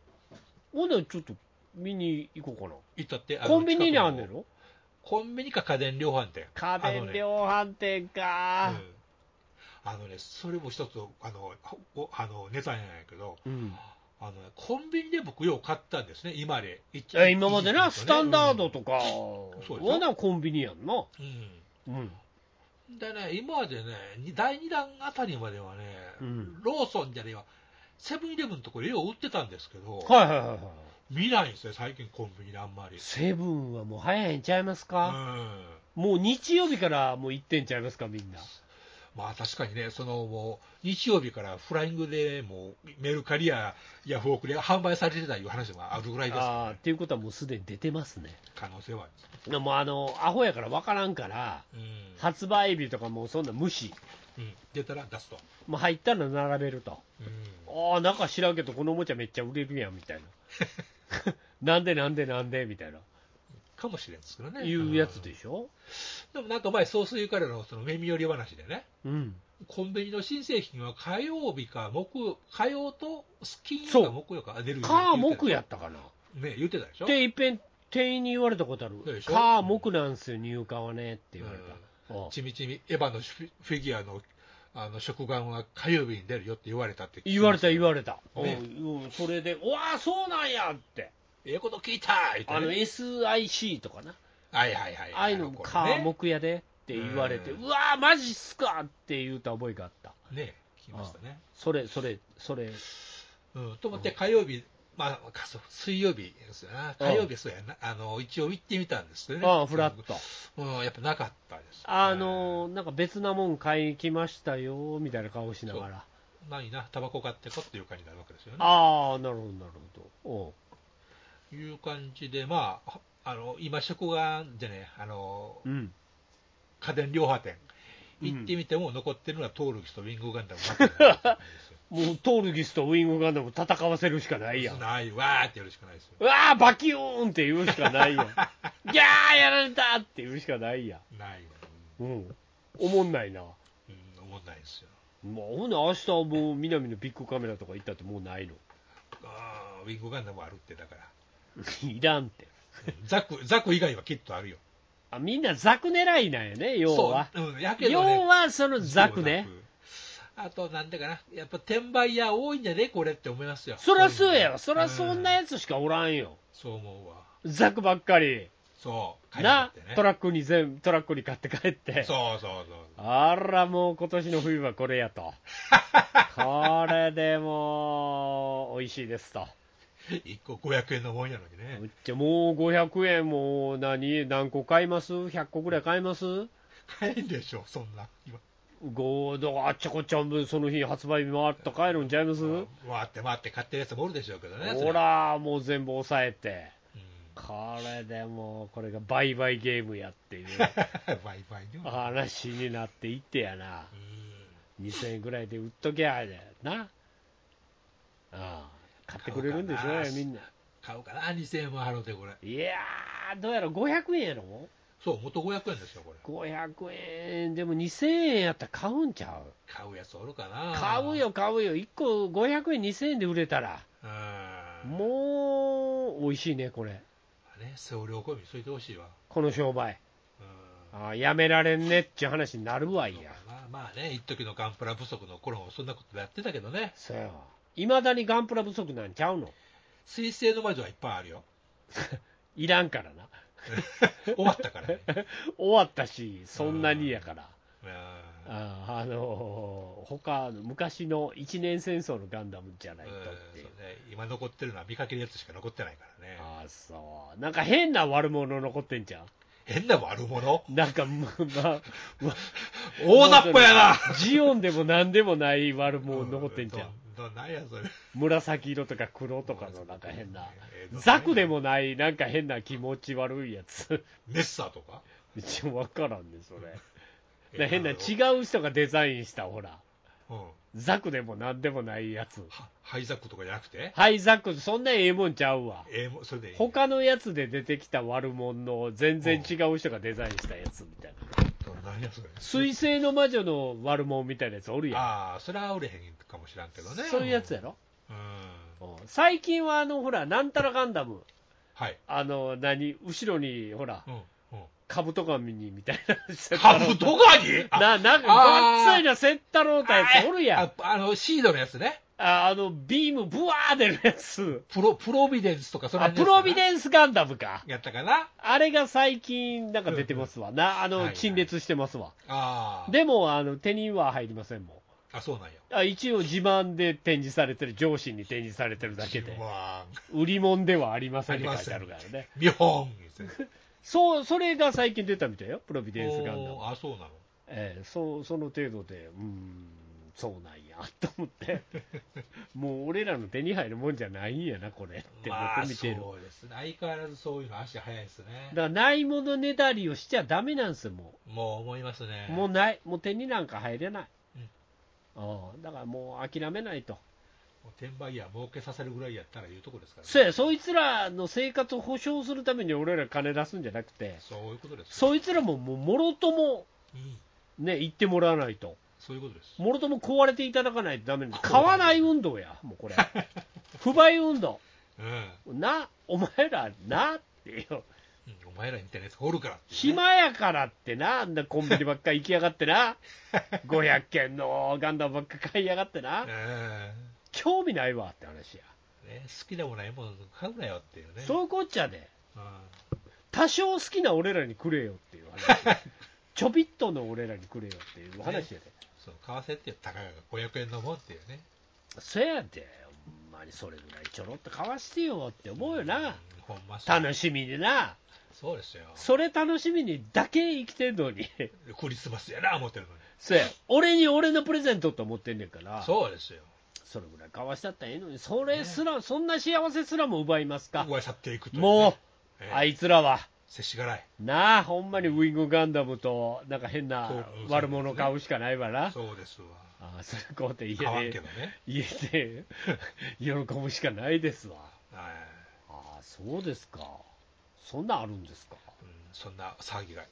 Speaker 2: ほんならちょっと見に行こうか
Speaker 3: 行ったって。
Speaker 2: な。コンビニにあんね
Speaker 3: る
Speaker 2: んろ
Speaker 3: コンビニか家電量販店。
Speaker 2: 家電量販店
Speaker 3: あ
Speaker 2: か
Speaker 3: のね,、うん、あのねそれも一つあのおあのネタなんやけど
Speaker 2: うん。
Speaker 3: あのね、コンビニで僕よう買ったんですね、今で。一
Speaker 2: え今までな、スタンダードと。か、
Speaker 3: そうでしょ
Speaker 2: ほんならコンビニやんな。
Speaker 3: 一時期ね
Speaker 2: うん。
Speaker 3: うん。でね、今までね、に第2弾あたりまではね、
Speaker 2: うん
Speaker 3: ローソンじゃねえわ、セブンイレブンのところでよう売ってたんですけど、
Speaker 2: はいはいはいはい。
Speaker 3: 見ないんですよ、最近コンビニであんまり。
Speaker 2: セブンはもう早いんちゃいます
Speaker 3: う
Speaker 2: か、
Speaker 3: ん。
Speaker 2: もう日曜日からもう行ってんちゃいますか、みんな。
Speaker 3: まあ確かにね、そのもう日曜日からフライングでもうメルカリやヤフオクで販売されてたいう話もあるぐらいです、
Speaker 2: あーっていうことはもうすでに出てますね。
Speaker 3: 可能性はある
Speaker 2: でもうあの、アホやから分からんから、
Speaker 3: うん
Speaker 2: 発売日とかもうそんな無視。
Speaker 3: うん、出たら出すと、
Speaker 2: もう入ったら並べると。
Speaker 3: うん
Speaker 2: ああ、なんか知らんけど、このおもちゃめっちゃ売れるやん、みたいな。 なんでなんでなんでみたいな。
Speaker 3: かもしれんですけどね。
Speaker 2: いうやつ
Speaker 3: で。
Speaker 2: でしょ
Speaker 3: でもなんか前、総帥からのその耳寄り話でね、
Speaker 2: うん。
Speaker 3: コンビニの新製品は火曜日か木、火曜と金
Speaker 2: そ
Speaker 3: 曜
Speaker 2: う
Speaker 3: か木曜か出る
Speaker 2: カー
Speaker 3: 言うてた
Speaker 2: 木やったかな。
Speaker 3: ね、言ってたでしょ。
Speaker 2: っ、ていっぺん店員に言われたことある
Speaker 3: そうで。しょ
Speaker 2: カー木なんすよ、入荷はね。って言われた。うん
Speaker 3: ちみちみエヴァのフィフィギュアのあの食玩は火曜日に出るよって言われたって聞きまし
Speaker 2: 言われた、言われた、
Speaker 3: ね
Speaker 2: うんうんそれで、うわあ、そうなんやって、
Speaker 3: ええこと聞いた言うてね
Speaker 2: あの SIC とかな、
Speaker 3: はいはいはい。
Speaker 2: ああいうの、
Speaker 3: これ
Speaker 2: か、
Speaker 3: ね。
Speaker 2: 木屋でって言われて、
Speaker 3: うん
Speaker 2: うわあ、マジっすかって言うた覚えがあった、
Speaker 3: ね、聞きましたね。
Speaker 2: それ、それ、それ、
Speaker 3: うん、と思って火曜日、まあ、かそう水曜日ですよな。火曜日そうやな。あの、一応行ってみたんですけどね。
Speaker 2: ああ、フラット、
Speaker 3: うん、やっぱなかったです。
Speaker 2: あのーなんか別なもん買いに来ましたよみたいな顔しながら、
Speaker 3: うん、ないな、タバコ買ってこっていう感じになるわけですよね。
Speaker 2: ああ、なるほど、なるほ
Speaker 3: いう感じで、まあ、あの、今、食がでね、あの
Speaker 2: ど、う、ん、うん、
Speaker 3: 家電量販店、
Speaker 2: うん
Speaker 3: 行ってみても残ってるのはトールギスとウィングガンダムだけなんですよ
Speaker 2: もうトールギスとウィングガンダム戦わせるしかないやん。
Speaker 3: ない、わーってやるしかないですよ。
Speaker 2: うわー、バキューンって言うしか ないやん。ギャーやられたって言うしかないや
Speaker 3: ない、
Speaker 2: ん。うん。おもんないな。
Speaker 3: うん、思んないですよ。
Speaker 2: まあ、ほんで明日はもう南のビッグカメラとか行ったってもうない の。
Speaker 3: あーウィングガンダムあるって、だから。
Speaker 2: いらんって。
Speaker 3: ザ ク、ザク以外はきっとあるよ。
Speaker 2: あ、みんなザク狙いなんやね、要は。
Speaker 3: そう。うん、やけ
Speaker 2: 要
Speaker 3: どね。
Speaker 2: はそのザクね。
Speaker 3: ザク。あと、なんだかな。やっぱ転売屋多いんじゃねこれって思いますよ。
Speaker 2: そらそうやろ。そらそんな
Speaker 3: つ。
Speaker 2: やつしかおらんよ。
Speaker 3: そう思うわ。
Speaker 2: ザクばっかり。
Speaker 3: そう。
Speaker 2: な、ト
Speaker 3: ラ
Speaker 2: ラックに全部、トラックに買って帰って。
Speaker 3: そうそうそう。
Speaker 2: あら、もう今年の冬はこれや と。これでもう、美味しいですと。
Speaker 3: 1個500円のもんやのにね。
Speaker 2: じゃあもう500円もう何、何個買います ?100 個ぐらい買います
Speaker 3: 買えんでしょ、そんな。今。
Speaker 2: ?5 度、あっちゃこっちゃ分、その日発売日回った買えるんちゃいます
Speaker 3: わーって回って買ってるやつもおるでしょうけどね。そ
Speaker 2: ほ
Speaker 3: れは。
Speaker 2: ら、もう全部抑えて。
Speaker 3: うん
Speaker 2: これでもう、これが売買ゲームや っていう
Speaker 3: 売買には。
Speaker 2: 話になっていってやな。
Speaker 3: うん
Speaker 2: 2000円ぐらいで売っときゃでなああ買ってくれるんでしょ
Speaker 3: 買おう
Speaker 2: うよ
Speaker 3: かな
Speaker 2: みんな
Speaker 3: 買うかな、2000円も払うて、これ。
Speaker 2: いやーどうやろ500円やろ
Speaker 3: そう、元500円ですよ、これ。
Speaker 2: 500円でも2000円やったら買うんちゃう
Speaker 3: 買うやつおるかな。
Speaker 2: 買う。よ買うよ1個500円2000円で売れたら
Speaker 3: うん。
Speaker 2: もう美美味しいね、これ。
Speaker 3: ね、総量込みにしといてほしいわ。
Speaker 2: この商売。
Speaker 3: うん
Speaker 2: ああやめられんねっちゅう話になるわいや。
Speaker 3: まあまあね、一時のガンプラ不足の頃もそんなことやってたけどね、
Speaker 2: そうやわ。いまだにガンプラ不足なんちゃうの
Speaker 3: 水星の魔女はいっぱいあ るよ。
Speaker 2: いらんからな。
Speaker 3: 終わったからね。
Speaker 2: 終わったし、そんなにやから。
Speaker 3: うん
Speaker 2: あああのー他の昔の一年戦争のガンダムじゃないとっ
Speaker 3: うん
Speaker 2: ていう
Speaker 3: そうね今残ってるのは見かけるやつしか残ってないからね。
Speaker 2: ああそうなんか変な悪者残ってんじゃ
Speaker 3: 変な 悪者
Speaker 2: んなんかむまま
Speaker 3: 大雑把やな
Speaker 2: ジオンでも何でもない悪者残ってんじゃん
Speaker 3: どどなんやそれ。
Speaker 2: 紫色とか黒とかのなんか変な
Speaker 3: えーど
Speaker 2: ザクでもないなんか変な気持ち悪いやつ
Speaker 3: メッサーとか
Speaker 2: 一応分からんねそれ
Speaker 3: え
Speaker 2: な変な
Speaker 3: ー
Speaker 2: 違う人がデザインしたほら
Speaker 3: うん。
Speaker 2: ザクでも何でもないやつ
Speaker 3: はハイザックとかじゃなくて
Speaker 2: はいザクそんなええもんちゃうわ
Speaker 3: えーもうそれでいい
Speaker 2: 他のやつで出てきた悪者の全然違う人がデザインしたやつみたいな
Speaker 3: どなんやそれ。
Speaker 2: 水星の魔女の悪者みたいなやつおるや
Speaker 3: ああ、それは売れへんかもしらんけど
Speaker 2: ん、
Speaker 3: ね。
Speaker 2: そういうやつやろ、
Speaker 3: うん。
Speaker 2: うん最近はあのほらなんたらガンダム
Speaker 3: はい。
Speaker 2: あの何後ろにほら
Speaker 3: うん。うん。
Speaker 2: カブトガミみたいなセッタ
Speaker 3: カ
Speaker 2: ロ
Speaker 3: ブ
Speaker 2: ウ
Speaker 3: トガニあ
Speaker 2: ななんか
Speaker 3: あー
Speaker 2: ごっついなセッタロータやつおるやん
Speaker 3: ああの、シードのやつね。
Speaker 2: ああのビームブワー出るやつ
Speaker 3: プロ、プロビデンスとか、その
Speaker 2: あプロビ
Speaker 3: ン
Speaker 2: デンスガンダムか
Speaker 3: スやったかな
Speaker 2: あれが最近なんか出てますわなあ
Speaker 3: はい
Speaker 2: の
Speaker 3: はい
Speaker 2: 陳列してますわ、
Speaker 3: ああ。
Speaker 2: でもあの手には入りませんもん
Speaker 3: あ、そうなんや。
Speaker 2: あ一応自慢で展示されてる上司に展示されてるだけで
Speaker 3: まあ、
Speaker 2: 売り物ではありませんって書い
Speaker 3: ありませ
Speaker 2: て
Speaker 3: ん
Speaker 2: あるからね
Speaker 3: ビョーン
Speaker 2: そうそれが最近出たみたいよプロビデンスガンダム
Speaker 3: お、ーあ、そうなの。
Speaker 2: ええそうその程度でうーんそうなんやと思 ってもう俺らの手に入るもんじゃないんやなこれって
Speaker 3: まあ、
Speaker 2: 僕見てる、
Speaker 3: そうですね。相変わらずそういうの足早いですね
Speaker 2: だ。からないものねだりをしちゃダメなんですよも
Speaker 3: もう思いますね
Speaker 2: う。もう
Speaker 3: う、
Speaker 2: ないもう手になんか入れない、
Speaker 3: うん
Speaker 2: ああだからもう諦めないと
Speaker 3: 転売や儲けさせるぐらいやったらいうとこですから、ね。
Speaker 2: そうや、そいつらの生活を保障するために俺ら金出すんじゃなくて、
Speaker 3: そういうことです。
Speaker 2: そいつらももうもろとも、
Speaker 3: うん。
Speaker 2: ね、行ってもらわないと、
Speaker 3: そういうことです。
Speaker 2: もろとも壊れていただかないとダメなんです
Speaker 3: 壊れ
Speaker 2: 買わない運動や、もうこ れ、不買運動、
Speaker 3: うん。
Speaker 2: な、お前ら、なってよ、
Speaker 3: うんお前らみたいなやつがおるからっていうね、
Speaker 2: 暇やからってな、あんなコンビニばっか行きやがってな、500件のガンダムばっか買いやがってな、興味ないわって話や、
Speaker 3: うんね、好きでもないもの買うなよっていうね。
Speaker 2: そういうこっちゃで、
Speaker 3: うん
Speaker 2: 多少好きな俺らにくれよっていう話ちょびっとの俺らにくれよっていう話やで、
Speaker 3: そう、為替ってたかが500円のもんっていうね。
Speaker 2: そやでほんまにそれぐらいちょろっとかわしてよって思うよな、
Speaker 3: うんほんまそう
Speaker 2: 楽しみにな
Speaker 3: そうですよ。
Speaker 2: それ楽しみにだけ生きてんのに
Speaker 3: クリスマスやな、思ってるのに。
Speaker 2: そや俺に俺のプレゼントと思ってんねんからそ
Speaker 3: そうですよ。
Speaker 2: れぐらいかわしたったらええのにそれすら、そんな幸せすらも奪いますか
Speaker 3: 奪い去っていくというね、
Speaker 2: もう、
Speaker 3: ええ
Speaker 2: あいつらは
Speaker 3: せしがらい。
Speaker 2: なあほんまにウィングガンダムとなんか変
Speaker 3: そう
Speaker 2: な
Speaker 3: そう
Speaker 2: 悪者買うしかないわな
Speaker 3: そうですわ。
Speaker 2: ああ、それこうって家
Speaker 3: 買わん
Speaker 2: で
Speaker 3: け、どね。
Speaker 2: 家 で喜ぶしかないですわ。
Speaker 3: はい
Speaker 2: ああ、そうですか。そんなんあるんですか。
Speaker 3: うん、そんな騒ぎが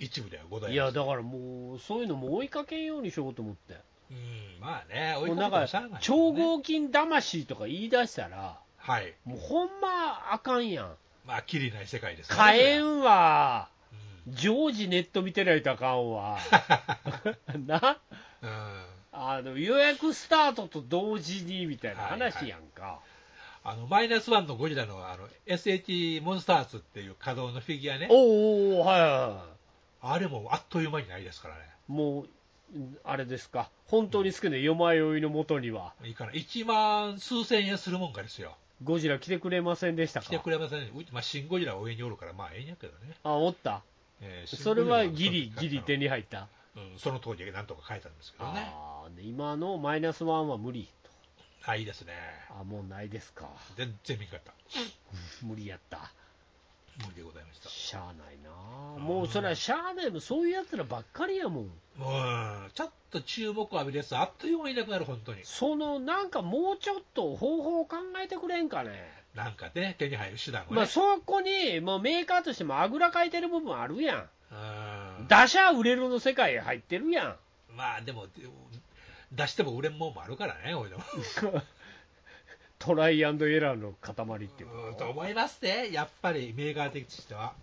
Speaker 3: 一部ではござ
Speaker 2: い
Speaker 3: いま
Speaker 2: や、
Speaker 3: す。
Speaker 2: だからもう、そういうのも追いかけんようにしようと思って。
Speaker 3: うん、まあね、追い
Speaker 2: もう
Speaker 3: 込
Speaker 2: な
Speaker 3: む
Speaker 2: ん
Speaker 3: の
Speaker 2: か
Speaker 3: はしゃあない、ね。、
Speaker 2: 超合金魂とか言い出したら、
Speaker 3: はい。
Speaker 2: もうほんまあかんやん。
Speaker 3: まあ、きりない世界ですから
Speaker 2: 買え
Speaker 3: う
Speaker 2: ん
Speaker 3: ん。
Speaker 2: わ。常時ネット見てないとあかん わ。な
Speaker 3: うん
Speaker 2: あの、予約スタートと同時にみたいな話やんか。
Speaker 3: あの、マイナスワンのゴジラの、あの、SH モンスターズっていう稼働のフィギュアね。
Speaker 2: おうおうおうはいはいはい。
Speaker 3: あれもあっという間にないですからね。
Speaker 2: もう、んあれですか、本当に好きな夜迷いのもとには、
Speaker 3: いいかな。1万数千円するもんかですよ。
Speaker 2: ゴジラ来てくれませんでしたか
Speaker 3: 来てくれませんね。うちまあ、シンゴジラは上におるから、まあ、ええんやけどね。
Speaker 2: あ、おった、
Speaker 3: えー
Speaker 2: それはギリギリ手。
Speaker 3: シンゴジラの時買
Speaker 2: に入った、
Speaker 3: ったのうん、その当時なんとか書いたんですけどね。
Speaker 2: あーで今のマイナスワンは無理
Speaker 3: あ、いいですね。
Speaker 2: と、あ、もうないですか、
Speaker 3: 全然見んかった。
Speaker 2: 無理やった、
Speaker 3: 無理でございました。
Speaker 2: しゃあないな、もうそれはしゃあないもん、そういうやつらばっかりやもん、
Speaker 3: うん、ちょっと注目を浴びるやつ、あっという間にいなくなる、本当に。
Speaker 2: そのなんかもうちょっと方法を考えてくれんかね、
Speaker 3: なんかね、手に入る手段をね。
Speaker 2: まあ、そこにもうメーカーとしてもあぐらかいてる部分あるや
Speaker 3: うん
Speaker 2: ん、打者売れるの世界入ってるやん。
Speaker 3: まあでも、でも出しても売れんもんもあるからね、俺でも。
Speaker 2: トライアンドエラーの塊っていうか
Speaker 3: うんと思いますね、やっぱりメーカー的としては。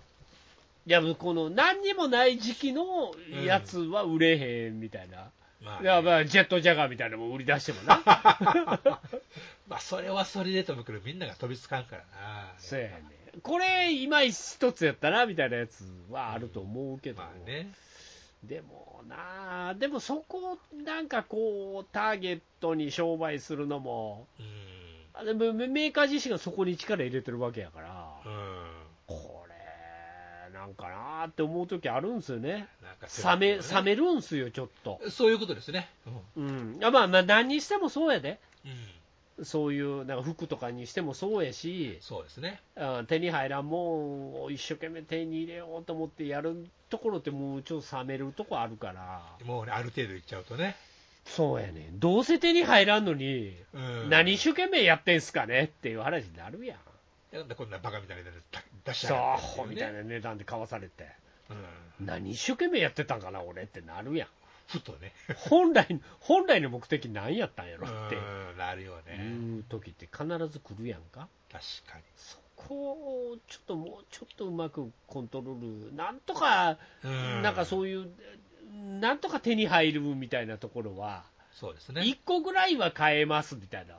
Speaker 2: いや、この何にもない時期のやつは売れへんみたいな、
Speaker 3: まあ
Speaker 2: い
Speaker 3: ね
Speaker 2: やまあジェットジャガーみたいなのも売り出してもな、
Speaker 3: まあ、それはそれでと思うけど、みんなが飛びつかんからな。
Speaker 2: そうやねこれ、今一つやったなみたいなやつはあると思うけど、
Speaker 3: まあね。
Speaker 2: でもなあ、でもそこをなんかこう、ターゲットに商売するのも、
Speaker 3: うん。
Speaker 2: あでもメメーカー自身がそこに力入れてるわけやから、
Speaker 3: うん。
Speaker 2: これ、なんかなあって思うときあるんですよね、
Speaker 3: なんか
Speaker 2: 冷め冷
Speaker 3: め
Speaker 2: めるんすよ、ちょっと。
Speaker 3: そういうことですね。うん。
Speaker 2: うん、あまあまあ、何にしてもそうやで。
Speaker 3: うん。
Speaker 2: そういうなんか服とかにしてもそうやし、
Speaker 3: そうですね。
Speaker 2: あ手に入らんもんを一生懸命手に入れようと思ってやるところって、もうちょっと冷めるとこあるから、
Speaker 3: もうね、ある程度いっちゃうとね。
Speaker 2: そうやね、どうせ手に入らんのに、
Speaker 3: うん。
Speaker 2: 何一生懸命やってんすかねっていう話になるやん、
Speaker 3: なんでこんなバカみたいなの出出しち
Speaker 2: そう
Speaker 3: ゃう、
Speaker 2: みたいな値段で買わされて、
Speaker 3: うん。
Speaker 2: 何一生懸命やってたんかな、俺ってな るやん、
Speaker 3: ふとね。
Speaker 2: 本来本来の目的、何やったんやろって
Speaker 3: うん。なるよね。
Speaker 2: いう時って、必ず来るやんか。
Speaker 3: 確かに。
Speaker 2: そこをちょっともうちょっとうまくコントロール、なんとか、
Speaker 3: うん
Speaker 2: なんかそういう、なんとか手に入るみたいなところは、
Speaker 3: そうですね。
Speaker 2: 1個ぐらいは買えますみたいな、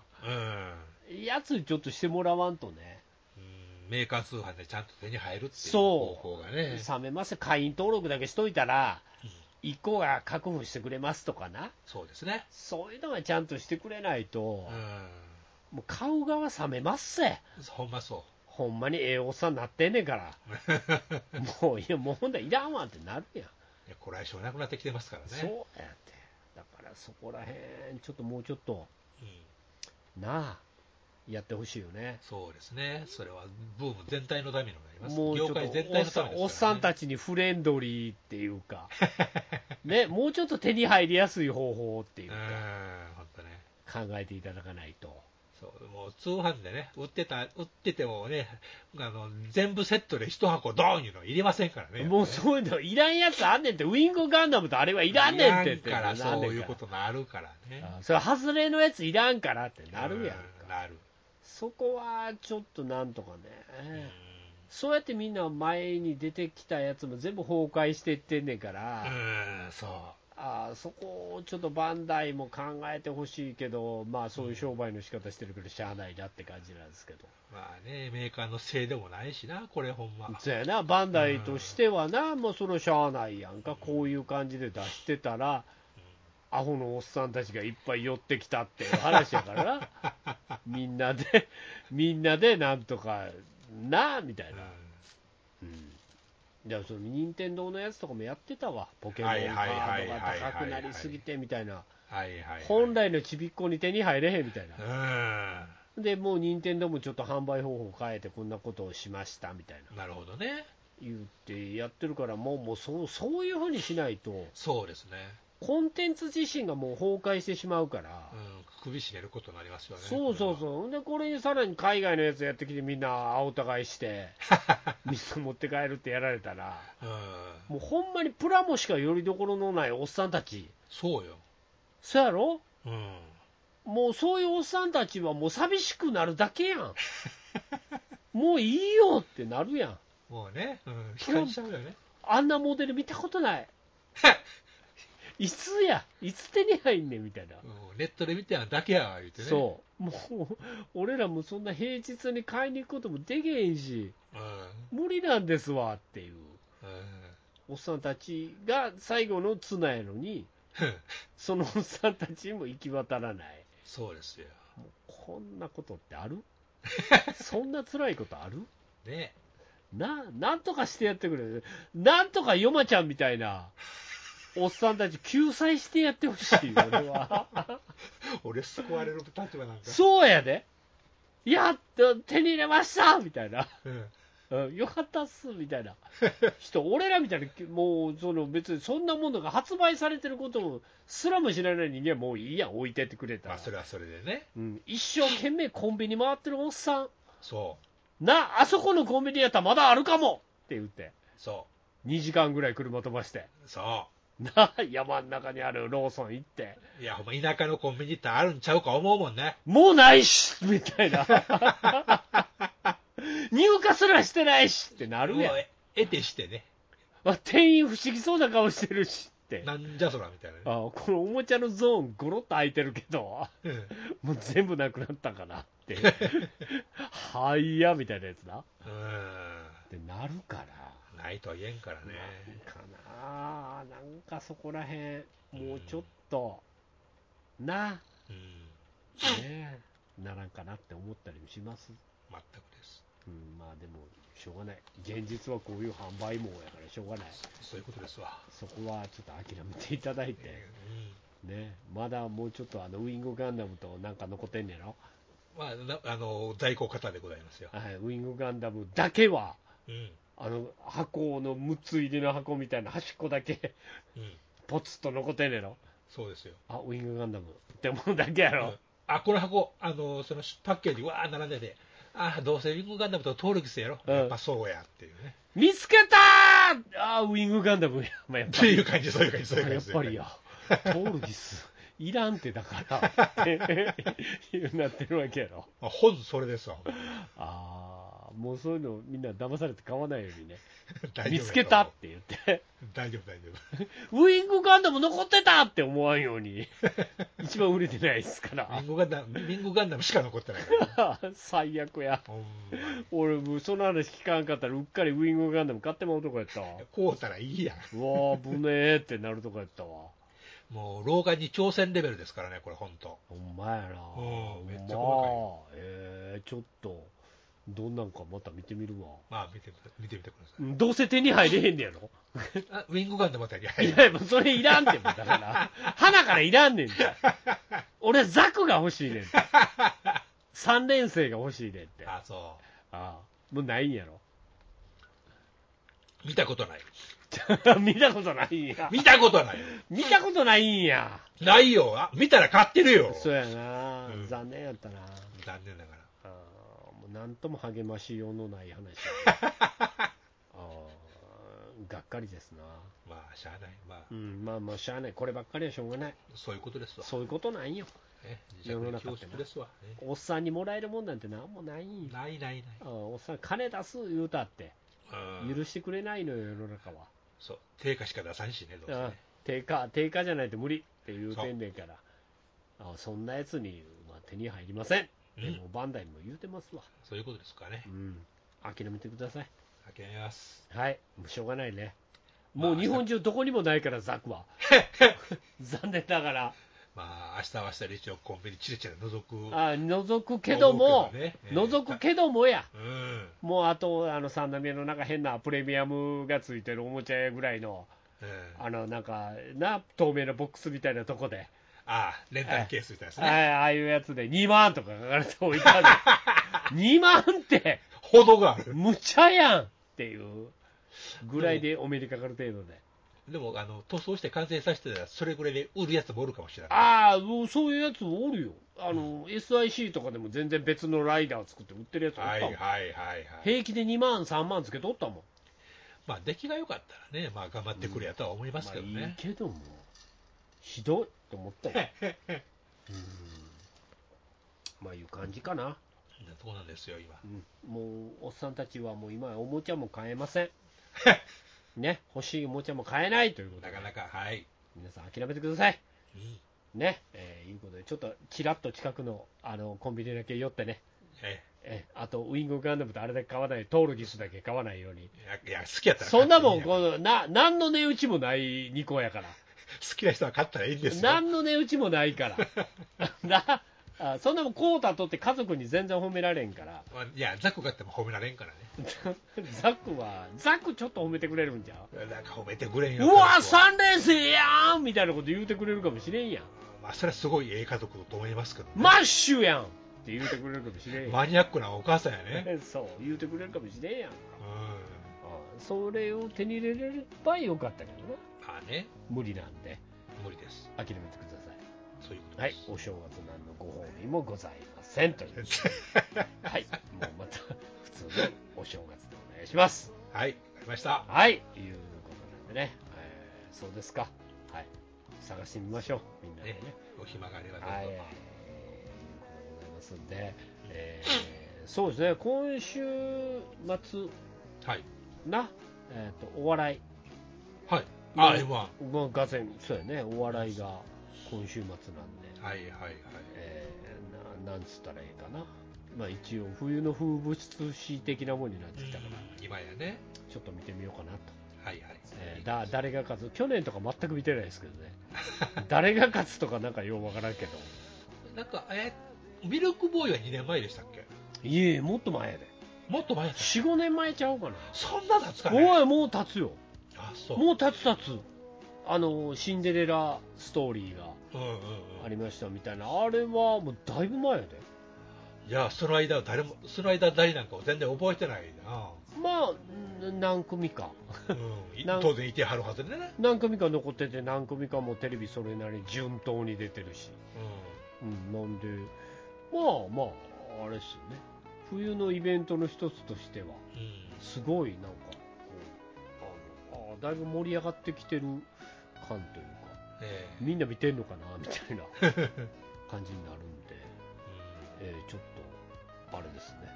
Speaker 3: うん。
Speaker 2: やつちょっとしてもらわんとね、
Speaker 3: うんメーカー通販でちゃんと手に入るっていう方
Speaker 2: そう
Speaker 3: 法がね。
Speaker 2: 冷めます、会員登録だけしといたら
Speaker 3: うん、
Speaker 2: 1個が確保してくれますとかな、
Speaker 3: そうですね。
Speaker 2: そういうのはちゃんとしてくれないと
Speaker 3: う、ん。
Speaker 2: もう買う側冷めますせ、
Speaker 3: ほんまそ
Speaker 2: ほんまにええおっさんなってんねん から、
Speaker 3: う。い
Speaker 2: もういや、もうほんだらいらんわってなるやん。
Speaker 3: やこれはしょうなくなってきてますからね。
Speaker 2: そうやって、だからそこらへん、ちょっともうちょっと
Speaker 3: うん
Speaker 2: なあ、やってほしいよね。
Speaker 3: そうですね。それはブーム全体のためにもなります。
Speaker 2: もうちょっ
Speaker 3: 業
Speaker 2: と
Speaker 3: 界全
Speaker 2: お
Speaker 3: 体
Speaker 2: っさん
Speaker 3: のためですからね
Speaker 2: おっさんたちにフレンドリーっていう か、ね、もうちょっと手に入りやすい方法っていう
Speaker 3: うん
Speaker 2: か、、
Speaker 3: 本当ね。
Speaker 2: 考えていただかないと、
Speaker 3: そう、もう通販でね、売ってた、売っててもね、あの、全部セットで一箱ドーンいうのいりませんからね。
Speaker 2: もうそういうの、いらんやつあんねんって、ウィングガンダムとあれはいらんねんってって
Speaker 3: いらんから、
Speaker 2: なんねん
Speaker 3: そういうこともあるからね。
Speaker 2: あそれ、外れのやついらんからってなるやんか、
Speaker 3: うんなる。
Speaker 2: そこはちょっとなんとかね。
Speaker 3: うん
Speaker 2: そうやってみんな前に出てきたやつも全部崩壊していってんねんか
Speaker 3: う
Speaker 2: ら、
Speaker 3: ん、そう。
Speaker 2: あーそこをちょっとバンダイも考えてほしいけど、まあそういう商売の仕方してるけど、しゃあないなって感じなんですけど、
Speaker 3: まあね、メーカーのせいでもないしな、これほんま。
Speaker 2: そうやな、バンダイとしてはな、もうそのしゃあないやんか、こういう感じで出してたら、アホのおっさんたちがいっぱい寄ってきたっていう話やからな、 みんなで、みんなでなんとかな、みたいな。いやその任天堂のやつとかもやってたわ、ポケモンカ
Speaker 3: はいはいはいは
Speaker 2: ー
Speaker 3: い
Speaker 2: ドが高くなりすぎてみたいな、
Speaker 3: はいはい。
Speaker 2: 本。来のちびっこに手に入れへんみたいな
Speaker 3: う、ん。
Speaker 2: でもう任天堂もちょっと販売方法を変えて、こんなことをしましたみたいな、
Speaker 3: なるほどね。
Speaker 2: 言ってやってるから、もうもうそうそういうふうにしないと、
Speaker 3: そうですね。
Speaker 2: コンテンツ自身がもう崩壊してしまうから
Speaker 3: う。ん、首絞めることになりますよね。
Speaker 2: そうそう
Speaker 3: う。
Speaker 2: そう、ほんでこれにさらに海外のやつやってきて、みんな青たがいして、みんな持って帰るってやられたら、
Speaker 3: うん。
Speaker 2: もうほんまにプラモしかよりどころのないおっさんたち、
Speaker 3: そうよ。
Speaker 2: そうやろ
Speaker 3: うん。
Speaker 2: もうそういうおっさんたちはもう寂しくなるだけやん。もういいよってなるやん。
Speaker 3: もうね、うん、期待しちゃうよね。
Speaker 2: あんなモデル見たことない。 いつや、いつ手に入んねんみたいな。
Speaker 3: うんネットで見てはだけやわ、言ってね。
Speaker 2: そう。もう、俺らもそんな平日に買いに行くこともできへんし、
Speaker 3: うん。
Speaker 2: 無理なんですわっていう。
Speaker 3: う
Speaker 2: おっさんたちが最後の綱やのに、
Speaker 3: ん。
Speaker 2: そのおっさんたちにも行き渡らない。
Speaker 3: そうですよ。
Speaker 2: こんなことってあ るそんな辛いことある
Speaker 3: ね。
Speaker 2: な、なんとかしてやってくれ。なんとかヨマちゃんみたいな、おっさんたち救済してやってほしい、俺 は。
Speaker 3: 俺、救われる立場なんだ。
Speaker 2: そうやで。やっと手に入れましたみたいな。
Speaker 3: うん。
Speaker 2: うん、よかったっす、みたいな。人、俺らみたいな、もう、その別にそんなものが発売されてることをすらも知らない人間はもういいやん、置いてってくれた
Speaker 3: ま
Speaker 2: ら。
Speaker 3: あ、それはそれでね。
Speaker 2: うん、一生懸命コンビニ回ってるおっさん。
Speaker 3: そ
Speaker 2: な、あそこのコンビニやったらまだあるかもって言って
Speaker 3: う。。そ
Speaker 2: 2時間ぐらい車飛ばして。
Speaker 3: う。そ
Speaker 2: な、山ん中にあるローソン行って、
Speaker 3: いや、ほんま田舎のコンビニってあるんちゃうか思うもんね。
Speaker 2: もうないしみたいな。 入荷すらしてないしってなるやん
Speaker 3: もう。得てしてね。
Speaker 2: あ店員不思議そうな顔してるしって。あ
Speaker 3: なんじゃそらみたいなね。
Speaker 2: このおもちゃのゾーンゴロッと空いてるけど、
Speaker 3: うん
Speaker 2: もう全部なくなったかなって。 はいや、みたいなやつだ。ってなるから。
Speaker 3: うん。ないとは言えんからね。
Speaker 2: かなあなんかそこらへん、もうちょっと、な、
Speaker 3: うん。
Speaker 2: ねえ、ならんかなって思ったりもします。
Speaker 3: 全くです。
Speaker 2: うん、まあでも、しょうがない。現実はこういう販売網やからしょうがない。
Speaker 3: そういうことですわ。
Speaker 2: そこはちょっと諦めていただいて。
Speaker 3: うん。
Speaker 2: ね、まだもうちょっとあのウィングガンダムとなんか残ってんねやろ、
Speaker 3: まあ、なあの、在庫型でございますよ。
Speaker 2: はい、ウィングガンダムだけは、
Speaker 3: うん。
Speaker 2: あの箱の6つ入りの箱みたいな端っこだけ
Speaker 3: うん。
Speaker 2: ポツッと残ってんねやろ、
Speaker 3: そうですよ。
Speaker 2: あウィングガンダムってもんだけや
Speaker 3: う
Speaker 2: ろ
Speaker 3: ん、あ、この箱、あの、そのパッケージ、わー並んでて、あーどうせウィングガンダムと通るせやろ。
Speaker 2: うん
Speaker 3: やっぱそうやっていうね。
Speaker 2: 見つけたーあーウィングガンダムや、まあ、やっ
Speaker 3: っ
Speaker 2: ぱ
Speaker 3: て
Speaker 2: り
Speaker 3: いう感じ、そういう感じ、そういう
Speaker 2: や
Speaker 3: 感
Speaker 2: っ
Speaker 3: じ。
Speaker 2: ぱりや、トールギス、いらんってだから、 いうなってるわけやろ、
Speaker 3: まあ、本それですわ、ほんまに
Speaker 2: あーもうそういうの、みんな騙されて買わないようにね、
Speaker 3: 大丈夫や
Speaker 2: 見
Speaker 3: と思う
Speaker 2: つけたって言って。
Speaker 3: 大丈夫、大丈
Speaker 2: ウイングガンダム残ってたって思わんよう に、一番売れてないですか
Speaker 3: 夫。ウィ
Speaker 2: ら
Speaker 3: ン、グガンダム、ウィングガンダムしか残ってないから、ね。
Speaker 2: 最悪や、
Speaker 3: ほんまに
Speaker 2: 俺、もうその話聞かんかったら、うっかりウイングガンダム買ってまうとこやったわ、
Speaker 3: こうたらいいやん。
Speaker 2: うわあ、ぶねえってなるとこやったわ、
Speaker 3: もう、老眼に挑戦レベルですからね、これ、本当。
Speaker 2: ほんまやな、
Speaker 3: うんめっちゃ細かいよ
Speaker 2: ほんまえー、ちょっと、どんなんかまた見てみるわ、
Speaker 3: まあ、見て、見てみてください。
Speaker 2: うんどうせ手に入れへんねやろ、
Speaker 3: あウィングガンダムあたりに入
Speaker 2: い
Speaker 3: る。
Speaker 2: や、もうそれいらんって、もうだから、花からいらんねんて、俺、ザクが欲しいねんて、3連星が欲しいねんって。
Speaker 3: あ、そ
Speaker 2: ああもうないんやろ
Speaker 3: う。見たことない。
Speaker 2: 見たことないんや
Speaker 3: 見たことないよ。
Speaker 2: 見たことないんや
Speaker 3: ないよ。あ、見たら買ってるよ。
Speaker 2: そうやな、
Speaker 3: うん
Speaker 2: 残念やったな
Speaker 3: 残念ながら。
Speaker 2: ああもうなんとも励ましようのない 話ああがっかりですな
Speaker 3: まあ、しゃあない。ま
Speaker 2: う
Speaker 3: あ、
Speaker 2: んまあまあしゃあないこればっかりはしょうがない
Speaker 3: そういうことですわ。
Speaker 2: そういうことないよ
Speaker 3: ね、自
Speaker 2: 世
Speaker 3: 弱
Speaker 2: の
Speaker 3: の
Speaker 2: 中
Speaker 3: 恐
Speaker 2: ってな
Speaker 3: 縮ですわ。ね
Speaker 2: おっさんにもらえるもんなんてなんもないんよ
Speaker 3: ないない
Speaker 2: ああおっさん金出す言うたって
Speaker 3: ない。うん
Speaker 2: 許してくれないのよ世の中は
Speaker 3: そう。定価しか出さんしね、どうせ
Speaker 2: あ
Speaker 3: ね
Speaker 2: あ。定価、定価じゃないと無理って言うてんねんから、あそんなやつに、まあ、手に入りません、
Speaker 3: うん
Speaker 2: でもバンダイも言うてますわ、
Speaker 3: そういうことですかね
Speaker 2: う。ん、諦めてください、
Speaker 3: 諦めます。
Speaker 2: はい、もうしょうがないね、
Speaker 3: まあ
Speaker 2: もう日本中どこにもないから、ザク は、残念ながら、
Speaker 3: まあ、明日は明日で一応コンビニチレチレ覗く。う
Speaker 2: あ覗くけども、
Speaker 3: 覗くけどねええ
Speaker 2: 覗くけどもや。
Speaker 3: ん。
Speaker 2: もうあと、あの三宮のなんか変なプレミアムがついてるおもちゃ屋ぐらいの、
Speaker 3: うん、あ
Speaker 2: あのなんかな、透明なボックスみたいなとこで、
Speaker 3: あ、レンタルケースみたいです
Speaker 2: は
Speaker 3: ね。
Speaker 2: い、ああいうやつで2万とか書かれて置い てある。2万って、
Speaker 3: ほどがある。
Speaker 2: むちゃやんっていうぐらいでお目にかかる程度で。
Speaker 3: でも、あの、塗装して完成させてたら、それぐらいで売るやつもおるかもしれない。
Speaker 2: ああ、もうそういうやつおるよ。あの、SIC とかでも全然別のライダー作って売ってるやつおっ
Speaker 3: はい
Speaker 2: た
Speaker 3: は
Speaker 2: もん。
Speaker 3: いはいはい。
Speaker 2: 平気で2万、3万つけとったもん。
Speaker 3: まあ、出来が良かったらね、まあ、頑張ってくれやとは思いますけど
Speaker 2: まあいい
Speaker 3: ね。
Speaker 2: けども、ひどいと思ったよ。うんまあいう感じかな。
Speaker 3: そうなんですよ、今。
Speaker 2: うんもうおっさんたちはもう今おもちゃも買えませんね欲しいおもちゃも買えないということ
Speaker 3: な
Speaker 2: で
Speaker 3: かなか、はい。
Speaker 2: 皆さん諦めてください
Speaker 3: うん
Speaker 2: ねえーいうことでちょっとちらっと近くのあのコンビニだけ寄ってね
Speaker 3: え
Speaker 2: えーあとウィングガンダムとあれだけ買わないトールギスだけ買わないように
Speaker 3: えいや、いや好きやったら買
Speaker 2: そ
Speaker 3: っ
Speaker 2: ん
Speaker 3: て
Speaker 2: な
Speaker 3: い
Speaker 2: い
Speaker 3: や
Speaker 2: もんこのな何の値打ちもない2個や から
Speaker 3: 好きな人は買ったらいいんですよ。
Speaker 2: 何の値打ちもないから なあそんなもんこうたとって家族に全然褒められんから
Speaker 3: まあいや、ザク買っても褒められんからね。
Speaker 2: ザクはザクちょっと褒めてくれるんじゃん
Speaker 3: なんか褒めてくれんよ。
Speaker 2: うわ
Speaker 3: 家族は
Speaker 2: 三連星やんみたいなこと言うてくれるかもしれんやん
Speaker 3: まあ、それはすごいええ家族だと思いますけど、ね
Speaker 2: マッシュやんって言うてくれるかもしれんや
Speaker 3: マニアックなお母さんやね。
Speaker 2: ん そう言うてくれるかもしれんやん
Speaker 3: うん。
Speaker 2: それを手に入れればよかったけどな
Speaker 3: まあね、
Speaker 2: 無理なんで
Speaker 3: 無理です。
Speaker 2: 諦めてください
Speaker 3: そういうこと
Speaker 2: はい
Speaker 3: です。
Speaker 2: お正月なんのご褒美もございませんと いうはいもうまた普通のお正月でお願いします
Speaker 3: はい、わかりました。
Speaker 2: はいいうことなんでね、えーそうですかはい、探してみましょう、みんなでね
Speaker 3: ね。、お暇があればどうぞ、
Speaker 2: はい、いうことでございますんで、えーそうですね、今週末
Speaker 3: はい。
Speaker 2: な、えー、とお笑い、
Speaker 3: はい。
Speaker 2: ま
Speaker 3: あ、
Speaker 2: あ
Speaker 3: M1。は
Speaker 2: まあ、ガゼン、そうやね、お笑いが今週末なんで
Speaker 3: い、はいはい。
Speaker 2: えーななんつったらいいかな、まあ、一応、冬の風物詩的なものになってきたから、
Speaker 3: 今やね。
Speaker 2: ちょっと見てみようかなと、
Speaker 3: はいはい。
Speaker 2: えーだ誰が勝つ、去年とか全く見てないですけどね、 誰が勝つとかなんかようわからんけど、
Speaker 3: なんか、えーミルクボーイは2年前でしたっけ
Speaker 2: いえいえ、もっと前やで、
Speaker 3: もっと前やった
Speaker 2: 4、5年前ちゃうかな。
Speaker 3: そんなだつかね。
Speaker 2: おい、もう立つよ、
Speaker 3: あ、そう。
Speaker 2: もう立つ立つ、あのシンデレラストーリーが
Speaker 3: うんうん
Speaker 2: あ
Speaker 3: うん。
Speaker 2: りましたみたいな、あれはもうだいぶ前やで、
Speaker 3: いや、その間は誰も、その間誰なんかを全然覚えてないな。
Speaker 2: まあ、ん何組か、
Speaker 3: うんい
Speaker 2: なん
Speaker 3: 当然いてはるはずでね。
Speaker 2: 何組か残ってて、何組かもテレビそれなりに順当に出てるし、
Speaker 3: う
Speaker 2: うん、なんで、まあまあ、あれっすよね、冬のイベントの一つとしては、
Speaker 3: ん。うん。
Speaker 2: すごいなんか、こうあのあだいぶ盛り上がってきてる感というか。
Speaker 3: ええ
Speaker 2: みんな見てんのかなみたいな感じになるんで、
Speaker 3: う
Speaker 2: えーちょっと、あれですね。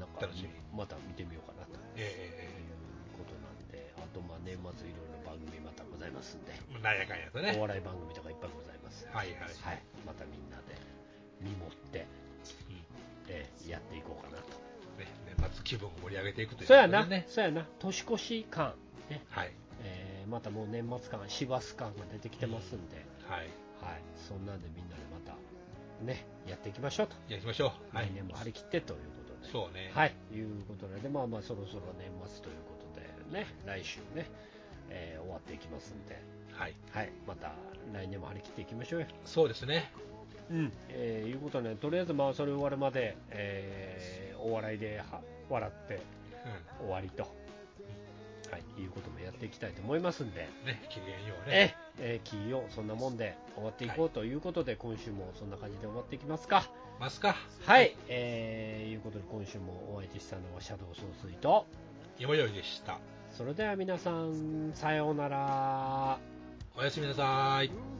Speaker 2: うん、なんか
Speaker 3: 楽しみ、
Speaker 2: また見てみようかなというん
Speaker 3: えええ
Speaker 2: ことなんで、あと、まあ、年末いろいろ番組またございますんで、
Speaker 3: えええなんやかんやと
Speaker 2: お
Speaker 3: ね。
Speaker 2: 笑い番組とかいっぱいございます。
Speaker 3: はいはい
Speaker 2: はい。またみんなで見守って、
Speaker 3: うん
Speaker 2: えーやっていこうかなと。
Speaker 3: ね、年末気分を盛り上げていくという
Speaker 2: そうや
Speaker 3: こと
Speaker 2: な
Speaker 3: でね、。
Speaker 2: そうやな、年越し感、ね、
Speaker 3: はい。
Speaker 2: えーまたもう年末感、師走感が出てきてますんで、
Speaker 3: はい。
Speaker 2: はい、そんなんでみんなでまた、ね、やっていきましょうと、
Speaker 3: じゃあ行きましょう。はい
Speaker 2: 来。年も張り切ってということで、
Speaker 3: そうね。
Speaker 2: はい、いうことで、まあまあ、そろそろ年末ということで、ね、来週ね、えー終わっていきますんで、
Speaker 3: はい。
Speaker 2: はい、また来年も張り切っていきましょうよ。
Speaker 3: そうですね。
Speaker 2: うん、えーいうことで、とりあえずまあそれ終わるまで、えーお笑いでは笑って
Speaker 3: う
Speaker 2: 終わりと、はい、いうこともやっていきたいと思いますんで。
Speaker 3: ん。ね、機嫌ようね。
Speaker 2: ええー、金曜、そんなもんで終わっていこうということで、今週もそんな感じで終わっていきますか。
Speaker 3: ますか。
Speaker 2: はい、えー、いうことで今週もお相手したのはシャドウ総帥と、
Speaker 3: よよいでした。
Speaker 2: それでは皆さん、さようなら。
Speaker 3: おやすみなさい。